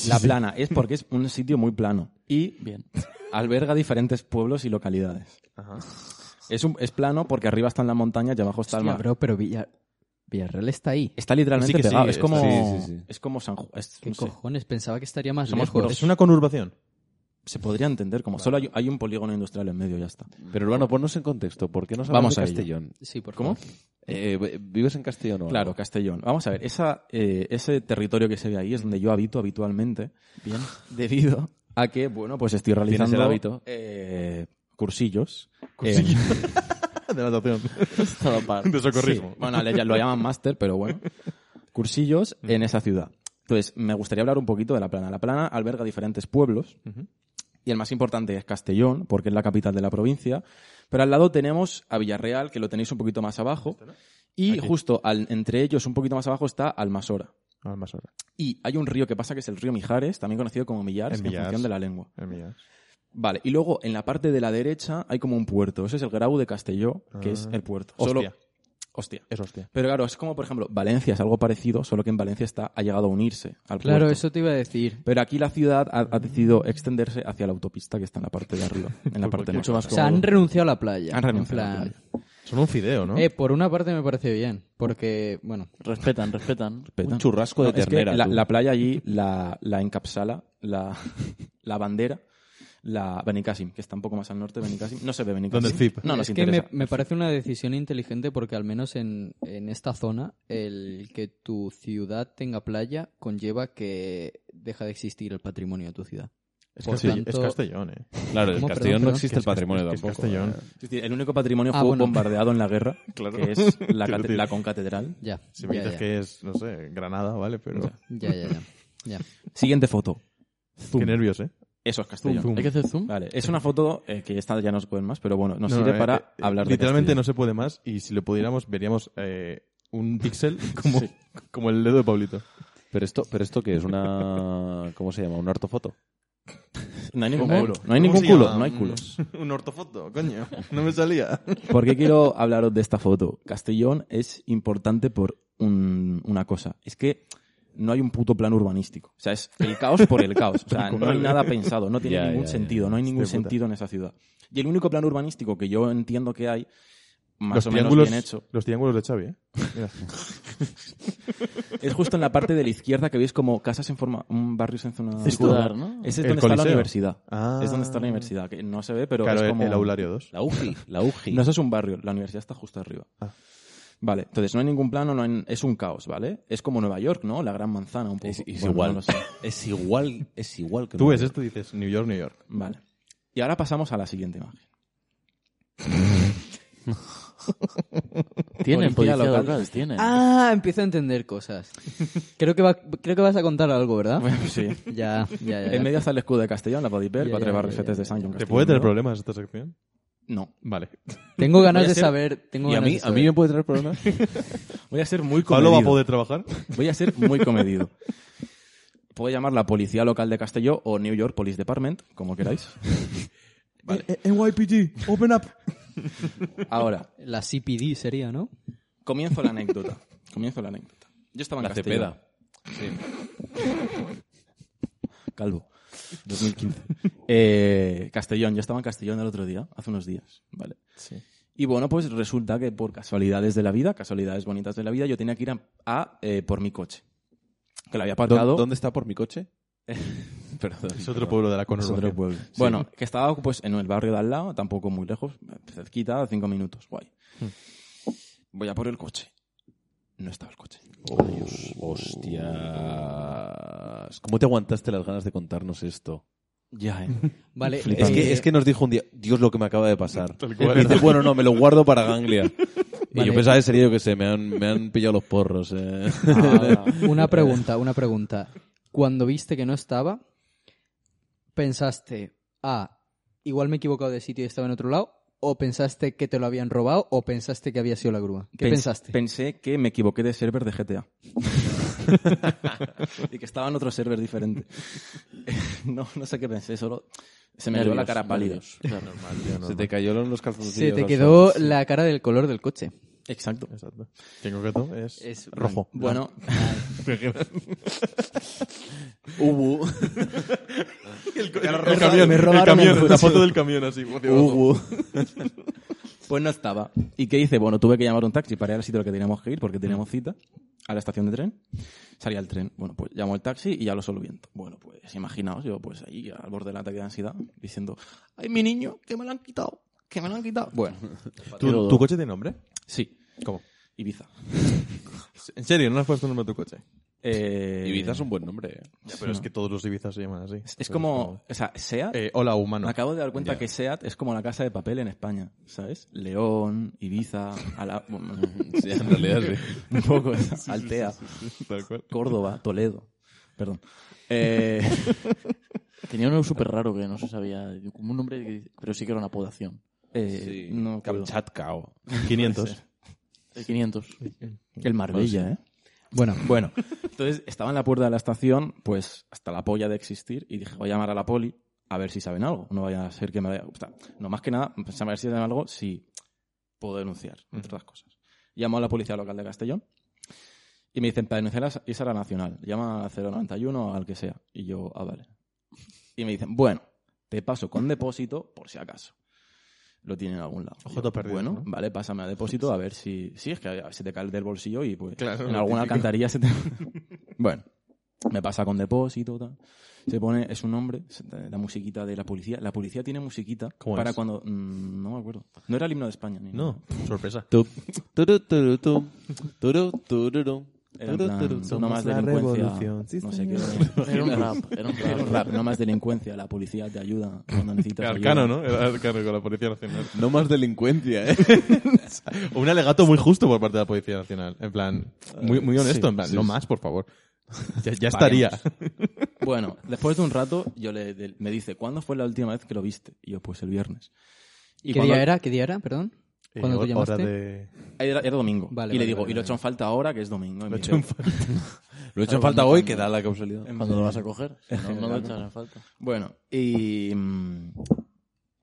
S8: La plana es porque es un sitio muy plano y
S7: Bien.
S8: alberga diferentes pueblos y localidades. Es, un- es plano porque arriba están las montañas y abajo está el
S2: Hostia,
S8: mar.
S2: bro, pero Villa- Villarreal está ahí.
S8: Está literalmente
S6: Sí que sí,
S8: pegado. es
S6: está-
S8: como
S6: sí, sí, sí.
S8: es como San Ju- es-
S2: ¿Qué
S8: no sé,
S2: cojones? Pensaba que estaría más
S8: Somos
S2: lejos.
S6: Es una conurbación.
S8: se podría entender como solo hay, hay un polígono industrial en medio y ya está.
S5: Pero Urbano, ponnos en contexto. ¿Por qué no
S8: Vamos
S5: hablamos de
S8: a ello.
S5: Castellón?
S2: Sí, por
S8: ¿Cómo?
S2: favor.
S5: Eh, v- ¿Vives en Castellón o algo?
S8: Claro, Castellón. Vamos a ver, esa, eh, ese territorio que se ve ahí es donde yo habito habitualmente. Bien. <laughs> Debido a que, bueno, pues estoy realizando
S5: el hábito?
S8: eh, cursillos.
S6: <laughs> De natación.
S7: Estaba par.
S6: De
S8: Eh, sí.
S6: socorrismo.
S8: Bueno, le- lo llaman máster, pero bueno. Cursillos
S6: Mm.
S8: en esa ciudad. Entonces, me gustaría hablar un poquito de La Plana. La Plana alberga diferentes pueblos. Y el más importante es Castellón, porque es la capital de la provincia. Pero al lado tenemos a Villarreal, que lo tenéis un poquito más abajo. Y justo al- entre ellos, un poquito más abajo, está Almasora.
S6: Ah, más ahora.
S8: Y hay un río que pasa que es el río Mijares, también conocido como Millars,
S6: El
S8: en,
S6: Millars.
S8: función de la lengua.
S6: El mío.
S8: Vale, y luego en la parte de la derecha hay como un puerto. Ese es el Grau de Castelló, que es
S6: Ah.
S8: el puerto.
S6: Hostia.
S8: Hostia.
S6: Es hostia.
S8: Pero claro, es como, por ejemplo, Valencia es algo parecido, solo que en Valencia está, ha llegado a unirse al
S2: Claro,
S8: puerto.
S2: eso te iba a decir.
S8: Pero aquí la ciudad ha, ha decidido extenderse hacia la autopista que está en la parte de arriba, en
S6: <laughs> Pues
S8: la parte norte.
S2: O sea, han renunciado a la playa.
S8: Han renunciado a la
S2: En plan,
S6: Son un fideo, ¿no?
S2: eh, por una parte me parece bien, porque, bueno,
S7: Respetan, respetan.
S8: Petan.
S5: Un churrasco de
S8: No, es que
S5: ternera,
S8: la,
S5: tú.
S8: la playa allí la, la encapsala la, <laughs> la bandera, la Benicassim, que está un poco más al norte de Benicassim. No se ve Benicassim.
S6: ¿Dónde el CIP?
S8: No, nos
S2: es que me,
S8: interesa.
S2: me parece una decisión inteligente porque al menos en, en esta zona el que tu ciudad tenga playa conlleva que deja de existir el patrimonio de tu ciudad.
S6: es,
S2: por
S6: Castell-
S2: tanto-
S6: es Castellón, eh.
S5: Claro, en
S2: ¿Cómo? Perdón,
S5: Castellón no
S2: perdón.
S5: existe
S6: Que
S5: el
S6: es
S5: patrimonio
S6: Cast- que es
S5: tampoco.
S6: <laughs> Castellón.
S5: eh.
S8: Es decir, el único patrimonio
S2: Ah,
S8: fue
S2: bueno.
S8: bombardeado en la
S6: <laughs>
S8: guerra, que es la,
S6: Quiero
S8: cate-
S6: decir.
S8: la concatedral.
S2: Ya.
S6: Si me
S2: ya,
S6: dices
S2: ya.
S6: que es, no sé, Granada, ¿vale? Pero.
S2: Ya, ya, ya. Ya.
S8: Siguiente foto. Zoom.
S6: Qué nervios, ¿eh?
S8: Eso es Castellón.
S6: <laughs> Zoom, zoom.
S7: Hay que hacer zoom.
S8: Vale, es una foto eh, que esta ya no se pueden más, pero bueno, nos
S6: No,
S8: sirve
S6: eh,
S8: para
S6: eh,
S8: hablar de
S6: Literalmente no
S8: Castellón.
S6: se puede más y si lo pudiéramos veríamos eh, un
S8: <laughs>
S6: píxel como, como el dedo de Pablito.
S5: Pero esto, pero esto que es una, ¿cómo se llama? Una ortofoto.
S8: No hay ningún
S6: ¿Cómo?
S8: culo. No hay
S6: ¿Cómo
S8: ningún
S6: se
S8: culo.
S6: llama?
S8: No hay
S6: <laughs>
S8: culos.
S6: un ortofoto, coño. No me salía.
S8: ¿Por qué quiero hablaros de esta foto? Castellón es importante por un- una cosa. Es que no hay un puto plan urbanístico. O sea, es el caos por el caos.
S6: <laughs>
S8: O sea, no hay nada pensado. No tiene
S5: Ya,
S8: ningún
S5: ya, ya.
S8: sentido. No hay ningún
S6: Hostia este puta.
S8: sentido en esa ciudad. Y el único plan urbanístico que yo entiendo que hay, más
S6: Los
S8: o menos bien
S6: triángulos,
S8: hecho,
S6: los triángulos de Xavi, ¿eh? Mira.
S8: es justo en la parte de la izquierda que veis como casas en forma, un barrio en zona
S7: Circular, ¿no?
S8: Ese es
S6: El
S8: donde está la
S6: Coliseo.
S8: universidad.
S6: Ah.
S8: Es donde está la universidad, que no se ve, pero
S6: claro,
S8: es
S6: el-
S8: como...
S6: el Aulario 2.
S5: La
S6: <laughs>
S5: UGI, la UGI.
S8: No, eso es un barrio, la universidad está justo arriba.
S6: Ah.
S8: Vale, entonces no hay ningún plano, no hay- es un caos, ¿vale? Es como Nueva York, ¿no? La gran manzana, un poco.
S5: es, es
S8: Bueno,
S5: igual,
S8: no lo sé.
S5: es igual, es igual que
S6: Tú
S5: no-
S6: ves esto y dices New York, New York.
S8: Vale. Y ahora pasamos a la siguiente imagen.
S7: Tienen policía,
S8: Policía local.
S7: local. tienen.
S2: Ah, empiezo a entender cosas. Creo que, va- creo que vas a contar algo,
S6: Ah.
S2: ¿verdad?
S8: Bueno, <laughs>
S6: <laughs>
S8: sí.
S2: Ya, ya, ya.
S8: En medio está el escudo de Castellón, la
S2: Ya,
S8: Podipel, va
S2: ya,
S8: tres
S2: ya,
S8: barrifetes
S2: ya,
S8: de San John
S6: ¿Te puede tener
S8: Castellón,
S6: problemas esta sección?
S8: No.
S6: Vale.
S2: Tengo ganas
S8: Voy a
S2: de
S8: ser-
S2: saber. Tengo
S5: ¿Y a
S2: ganas
S5: mí,
S2: de
S5: a mí
S2: saber.
S5: me puede traer problemas?
S6: <laughs>
S8: Voy a ser muy comedido.
S6: ¿Pablo va a poder trabajar?
S8: Voy a ser muy comedido. Puedo llamar la policía local de Castelló o New York Police Department, como
S6: <laughs>
S8: queráis.
S6: Eh, NYPD, open up.
S8: Ahora,
S2: La CPD sería, ¿no?
S8: comienzo la anécdota. Comienzo la anécdota. Yo estaba en
S5: La
S8: Castelló.
S5: Cepeda.
S8: Calvo. 2015. <laughs> Eh, Castellón. Yo estaba en Castellón el otro día, hace unos días. Vale. Y bueno, pues resulta que por casualidades de la vida, casualidades bonitas de la vida, yo tenía que ir a, a, eh, por mi coche. Que lo había aparcado.
S5: ¿Dó- ¿Dónde está por mi coche? Perdón.
S6: Es otro pueblo de la
S8: Es
S6: conurbación.
S8: otro pueblo. Bueno, que estaba pues en el barrio de al lado, tampoco muy lejos, cerquita, a cinco minutos, guay. Voy a por el coche. No estaba el coche.
S5: Oh, Hostias. ¿Cómo te aguantaste las ganas de contarnos esto?
S8: Ya, eh.
S2: Vale.
S5: Es
S2: eh,
S5: que, es que nos dijo un día, Dios, lo que me acaba de pasar.
S6: Tal
S5: Y
S6: cual.
S5: dice, bueno, no, me lo guardo para
S6: <laughs>
S5: Ganglia. Y
S2: Vale.
S5: yo pensaba que sería, yo que sé, me han, me han pillado los porros. eh.
S2: Ah, una pregunta, una pregunta. Cuando viste que no estaba, ¿pensaste, ah, igual me he equivocado de sitio y estaba en otro lado? ¿O pensaste que te lo habían robado? ¿O pensaste que había sido la grúa? ¿Qué
S8: Pens-
S2: pensaste?
S8: Pensé que me equivoqué de server de GTA. <laughs> y que estaba en otro server diferente. <laughs> no, no sé qué pensé, solo se me quedó
S5: <laughs>
S8: la
S7: Nervios,
S8: cara pálida.
S7: nervios. Claro.
S5: Se te cayeron los calzoncillos.
S2: Se te
S5: al
S2: quedó
S5: suelo.
S2: la cara del color del coche.
S8: Exacto.
S6: Exacto. Que en concreto es,
S2: Es
S6: rojo.
S8: Bueno, Ubu.
S6: El,
S8: Ya lo robaron, me robaron el coche.
S6: la foto del camión así. como
S5: Uh,
S6: "Oh, hacia abajo.
S8: Ubu. <laughs> pues no estaba. ¿Y qué hice? Bueno, tuve que llamar un taxi para ir al sitio al que teníamos que ir porque
S5: Mm.
S8: teníamos cita a la estación de tren. Salía el tren. Bueno, pues llamo el taxi y ya lo solviento. Bueno, pues imaginaos, yo pues ahí al borde del ataque de ansiedad diciendo, ay, mi niño, que me lo han quitado, que me lo han quitado.
S5: <laughs>
S8: Bueno,
S6: ¿Tu, tu coche tiene nombre?
S8: sí,
S6: ¿Cómo?
S8: Ibiza.
S6: ¿En serio? ¿No le has puesto nombre a tu coche?
S8: Eh,
S5: Ibiza es un buen nombre. eh.
S6: Ya, pero es que todos los Ibizas se llaman así.
S8: Es como, o sea, SEAT
S6: Eh, hola, humano.
S8: Me acabo de dar cuenta que SEAT es como la casa de papel en España, ¿sabes? León, Ibiza, Ala- bueno,
S5: <laughs> Sí, en realidad sí.
S8: un poco, Altea,
S6: Tal cual.
S8: Córdoba, Toledo, perdón.
S5: <laughs>
S8: Eh,
S7: Tenía uno súper raro que no se sabía, como un nombre, que- pero sí que era una apodación.
S8: eh,
S5: Sí.
S8: no puedo.
S6: 500.
S7: El 500.
S8: El
S5: Ah,
S8: Marbella, ¿eh? Bueno, bueno. Entonces estaba en la puerta de la estación, pues hasta la polla de existir, y dije, voy a llamar a la poli a ver si saben algo. No vaya a ser que me vaya a gustar. No, más que nada, pensaba a ver si saben algo, si puedo denunciar, entre otras cosas. Llamo a la policía local de Castellón y me dicen, para denunciar esa- esa era nacional, llama al 091 o al que sea. Y yo, ah, vale. Y me dicen, bueno, te paso con depósito por si acaso. Lo tienen en algún lado.
S6: Ojo,
S8: Y yo,
S6: todo perdido,
S8: Bueno,
S6: ¿no?
S8: vale, pásame a depósito a ver si... Sí, es que se te cae del bolsillo y pues
S6: Claro,
S8: en
S6: lo
S8: alguna
S6: típico.
S8: alcantarilla
S6: <laughs>
S8: se te... bueno, me pasa con depósito, tal. Se pone, es un nombre, se- la musiquita de la policía. La policía tiene musiquita
S6: ¿Cómo
S8: para
S6: es?
S8: cuando... mm, no me acuerdo. No era el himno de España. Ni nada.
S6: No, sorpresa.
S5: Tu- turu, turu, tu, turu, tururu,
S8: Era en
S5: turu,
S8: plan,
S5: turu,
S8: no
S5: tu.
S8: más
S6: la
S8: delincuencia.
S6: revolución, sí,
S8: no sé qué.
S6: señor.
S7: Era un rap, era un
S8: Era <laughs> un
S7: rap.
S8: rap, no más delincuencia. La policía te ayuda cuando necesitas
S6: Era
S8: ayuda.
S6: Arcano, ¿no? Era Arcano con la Policía Nacional.
S5: No más
S8: <laughs>
S5: delincuencia, ¿eh?
S6: Un alegato muy justo por parte de la Policía Nacional. En plan, muy, muy honesto.
S8: sí,
S6: en plan,
S8: sí,
S6: no
S8: sí.
S6: más, por favor. Ya, ya estaría.
S8: Bueno, después de un rato yo le, de- me dice, ¿cuándo fue la última vez que lo viste? Y yo, pues el viernes.
S2: ¿Qué
S8: cuando-
S2: día era? ¿Qué día era? Perdón. ¿Cuándo
S6: Eh,
S2: tú
S6: hora
S2: llamaste?
S6: de...
S8: Era, era domingo.
S2: Vale,
S8: y le
S2: vale,
S8: digo,
S2: vale,
S8: y lo he hecho
S2: vale.
S8: en falta ahora, que es domingo. Y me
S6: Lo he
S8: dice,
S6: hecho en falta.
S5: <laughs> Lo he hecho en falta hoy, que da la causalidad.
S8: en-
S7: Cuando lo vas a coger.
S8: <laughs>
S7: No, no lo
S8: general,
S7: echas en falta.
S8: Bueno, y... mm,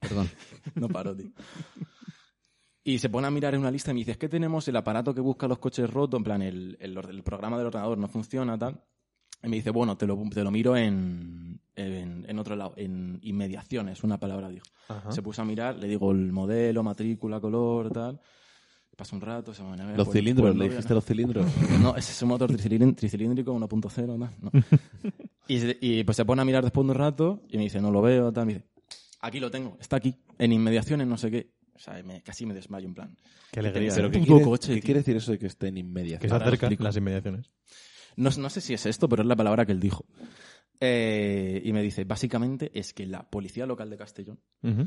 S2: Perdón.
S8: <laughs> No paro, tío. Y se pone a mirar en una lista y me dice, es que tenemos el aparato que busca los coches rotos, en plan, el, el or- el programa del ordenador no funciona, tal. Y me dice, bueno, te lo, te lo miro en, en, en otro lado, en inmediaciones, una palabra dijo.
S6: Ajá.
S8: Se puso a mirar, le digo el modelo, matrícula, color, tal. Pasa un rato, se van a ver.
S5: Los
S8: pues-
S5: cilindros,
S8: pues no
S5: le
S8: veo
S5: dijiste los cilindros.
S8: nada. No, ese es un motor tricilín- tricilíndrico 1.0, tal,
S6: <laughs>
S8: no. Y, se- y, pues se pone a mirar después de un rato y me dice, no lo veo, tal. Me dice, aquí lo tengo, está aquí, en inmediaciones, no sé qué. O sea, me- casi me desmayo en plan.
S6: Qué alegría.
S8: Pero
S6: ¿eh?
S8: que-
S5: ¿Qué
S8: Puto
S5: quiere,
S8: coche,
S5: qué
S8: tío.
S5: quiere decir eso de que esté en inmedia?
S6: Que se acerca las inmediaciones.
S8: No, no sé si es esto, pero es la palabra que él dijo. Eh, y me dice, básicamente es que la policía local de Castellón
S6: Ujú.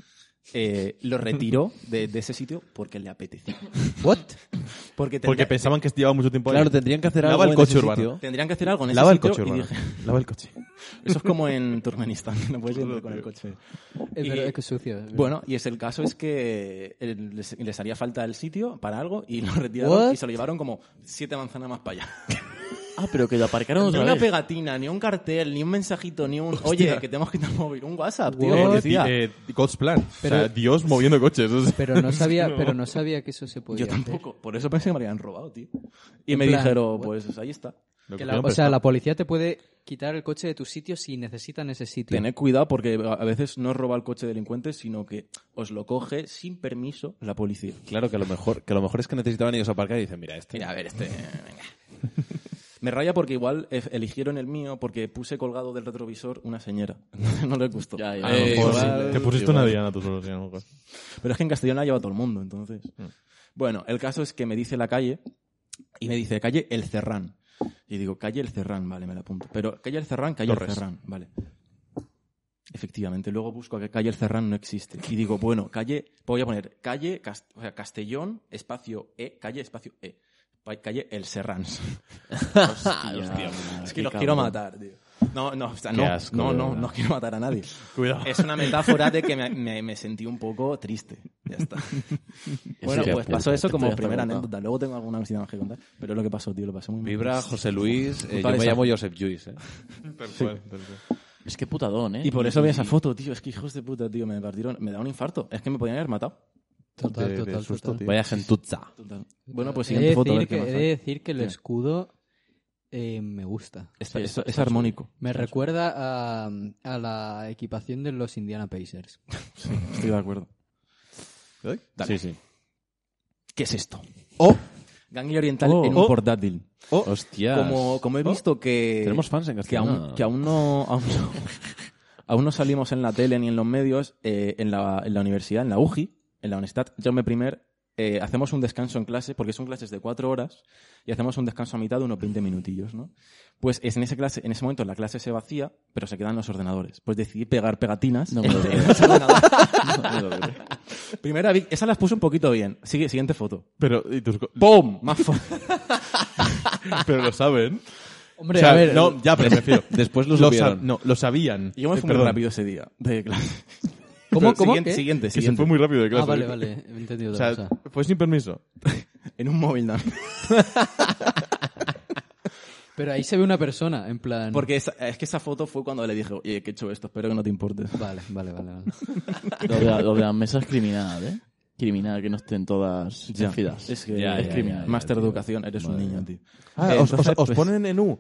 S8: eh, lo retiró de, de ese sitio porque le apetecía.
S5: ¿What?
S8: Porque,
S6: Porque
S8: tendría-
S6: pensaba que llevaba mucho tiempo ahí.
S5: Claro, tendrían que hacer
S6: Lava
S5: algo
S6: el
S5: en
S6: coche
S5: ese
S6: urbano.
S5: sitio.
S8: tendrían que hacer algo en ese
S6: Lava el
S8: sitio
S6: coche,
S8: y
S6: urbano.
S8: dije,
S6: Lava el coche.
S8: Eso es como en Turkmenistán, que no puedes ir con el coche.
S2: Es
S8: Y-
S2: verdad es que es sucio. es verdad.
S8: Bueno, y es el caso es que el- les, les haría falta el sitio para algo y lo <laughs> retiraron
S2: What?
S8: y se lo llevaron como siete manzanas más para allá.
S7: Ah, pero que lo aparcaron
S8: Ni
S7: otra
S8: una
S7: vez.
S8: pegatina, ni un cartel, ni un mensajito, ni un oye, que tenemos que quitar el móvil, un WhatsApp, tío,
S2: What?
S8: policía.
S6: Eh, eh, God's plan. o sea,
S2: Pero-
S6: Dios moviendo coches. o sea.
S2: Pero no sabía, pero no sabía que eso se podía.
S8: Yo
S2: hacer.
S8: tampoco, por eso pensé que me lo habían robado, tío. Y me
S2: plan,
S8: dijeron,
S2: what?
S8: pues ahí está.
S6: Lo
S2: Que
S6: cogieron
S2: la- o sea,
S6: prestado.
S2: la policía te puede quitar el coche de tu sitio si necesitan ese sitio.
S8: Tened cuidado porque a veces no roba el coche delincuente, sino que os lo coge sin permiso la policía.
S5: Claro, que a lo mejor, que a lo mejor es que necesitaban ellos aparcar y dicen, mira, este.
S8: Mira, a ver, este. venga. <laughs> Me raya porque igual eh, eligieron el mío porque puse colgado del retrovisor una señera. <laughs> no les gustó.
S7: Ya, ya.
S8: A lo
S5: Eh,
S8: mejor-
S5: igual-
S6: Te pusiste una diana tú solo, sí, a lo mejor.
S8: Pero es que en Castellón la lleva todo el mundo, entonces. Bueno, el caso es que me dice la calle y me dice calle El Cerrán. Y digo, calle El Cerrán, vale, me la apunto. Pero calle El Cerrán, calle El
S6: Torres.
S8: Cerrán, vale. Efectivamente, luego busco que calle El Cerrán no existe. Y digo, bueno, calle, voy a poner calle Cas- o sea, Castellón, espacio E, calle, espacio E. Pa- Calle El Serrán.
S7: Hostia,
S8: es que
S7: qué
S8: los quiero
S7: cabrón.
S8: matar, tío. No, no, o sea,
S5: Qué
S8: no,
S5: asco,
S8: no,
S5: de
S8: no,
S5: verdad.
S8: no quiero matar a nadie.
S6: Cuidado.
S8: Es
S6: <laughs>
S8: una metáfora de que me, me- me sentí un poco triste. Ya está. bueno,
S7: Hostia
S8: pues
S7: puta,
S8: pasó
S7: esto
S8: eso
S7: ya
S8: como
S7: está
S8: primera
S7: contado.
S8: anécdota. Luego tengo alguna cosita más que contar. Pero es lo que pasó, tío, lo pasé muy mal.
S5: Vibra José Luis, eh, yo
S8: Total,
S5: me
S8: esa-
S5: llamo Joseph Lluís, ¿eh?
S6: Tal cual, tal cual.
S7: Es que putadón, ¿eh?
S8: Y por eso vi esa foto, tío. Es que hijos de puta, tío, me partieron. Me da un infarto. Es que me podían haber matado.
S6: De-
S2: Total,
S6: de
S2: total,
S6: susto,
S2: total.
S6: tío.
S5: Vaya gentuza.
S8: Total. Bueno, pues
S2: he de
S8: siguiente foto. a ver
S2: decir,
S8: qué
S2: que,
S8: más
S2: he
S8: hay.
S2: de decir que el
S8: Dime.
S2: escudo Eh, me gusta.
S8: Es,
S7: Sí,
S8: es-
S7: está-
S8: es
S7: está
S8: armónico.
S2: Me recuerda a, a la equipación de los Indiana Pacers.
S8: Estoy de acuerdo.
S5: Sí, sí.
S8: ¿Qué es esto?
S2: Oh.
S8: O Gangue Oriental en un portátil. O,
S5: Hostias.
S8: Como, como he
S2: Oh.
S8: visto que.
S5: Oh, Tenemos fans en
S8: que aún,
S5: Castellana.
S8: que aún no. Aún no, aún no salimos en la tele ni en los medios. eh, en, la, en la universidad, en la UGI, en la Unestat, yo me primer. eh, hacemos un descanso en clase, porque son clases de cuatro horas, y hacemos un descanso a mitad de unos 20 minutillos, ¿no? Pues es en, ese clase, en ese momento la clase se vacía, pero se quedan los ordenadores. Pues decidí pegar pegatinas
S7: No me lo
S8: en-
S7: creo.
S8: en los ordenadores. Primera, vi- esa las puse un poquito bien. Sigue, siguiente foto.
S6: Pero, ¿y tus co-
S8: ¡Pum! Más fotos.
S6: <laughs> pero lo saben.
S2: Hombre,
S6: O sea,
S2: a ver, eh,
S6: no, ya, pero me
S2: <laughs>
S6: refiero.
S5: Después los
S6: Lo
S5: subieron.
S6: sab- no, lo sabían.
S8: Y yo me
S6: Eh,
S8: fui muy
S6: perdón.
S8: rápido ese día de clase.
S2: ¿cómo,
S8: Pero
S2: cómo?
S8: Siguiente,
S2: ¿Qué?
S8: siguiente,
S6: Que se
S8: siguiente.
S6: fue muy rápido de clase.
S2: Ah, vale, vale, he entendido
S6: O
S2: otra
S6: sea,
S2: cosa.
S6: fue sin permiso.
S8: En un móvil también.
S2: Pero ahí se ve una persona, en plan...
S8: Porque esa- es que esa foto fue cuando le dije, oye, que he hecho esto, espero que no te importe.
S7: <laughs>
S2: Vale, vale, vale.
S8: <laughs>
S2: vale.
S7: Lo de, la- lo de las mesas criminal, ¿eh? Criminal, que no estén todas chafidas.
S8: Es que
S5: Ya,
S8: es
S5: ya,
S8: criminal.
S5: ya, ya,
S8: Master
S5: tío.
S8: Educación, eres
S5: Madre
S8: un niño,
S5: mía.
S8: tío.
S6: Ah,
S8: Eh,
S6: os,
S8: entonces,
S6: os- os
S8: pues,
S6: ponen en U.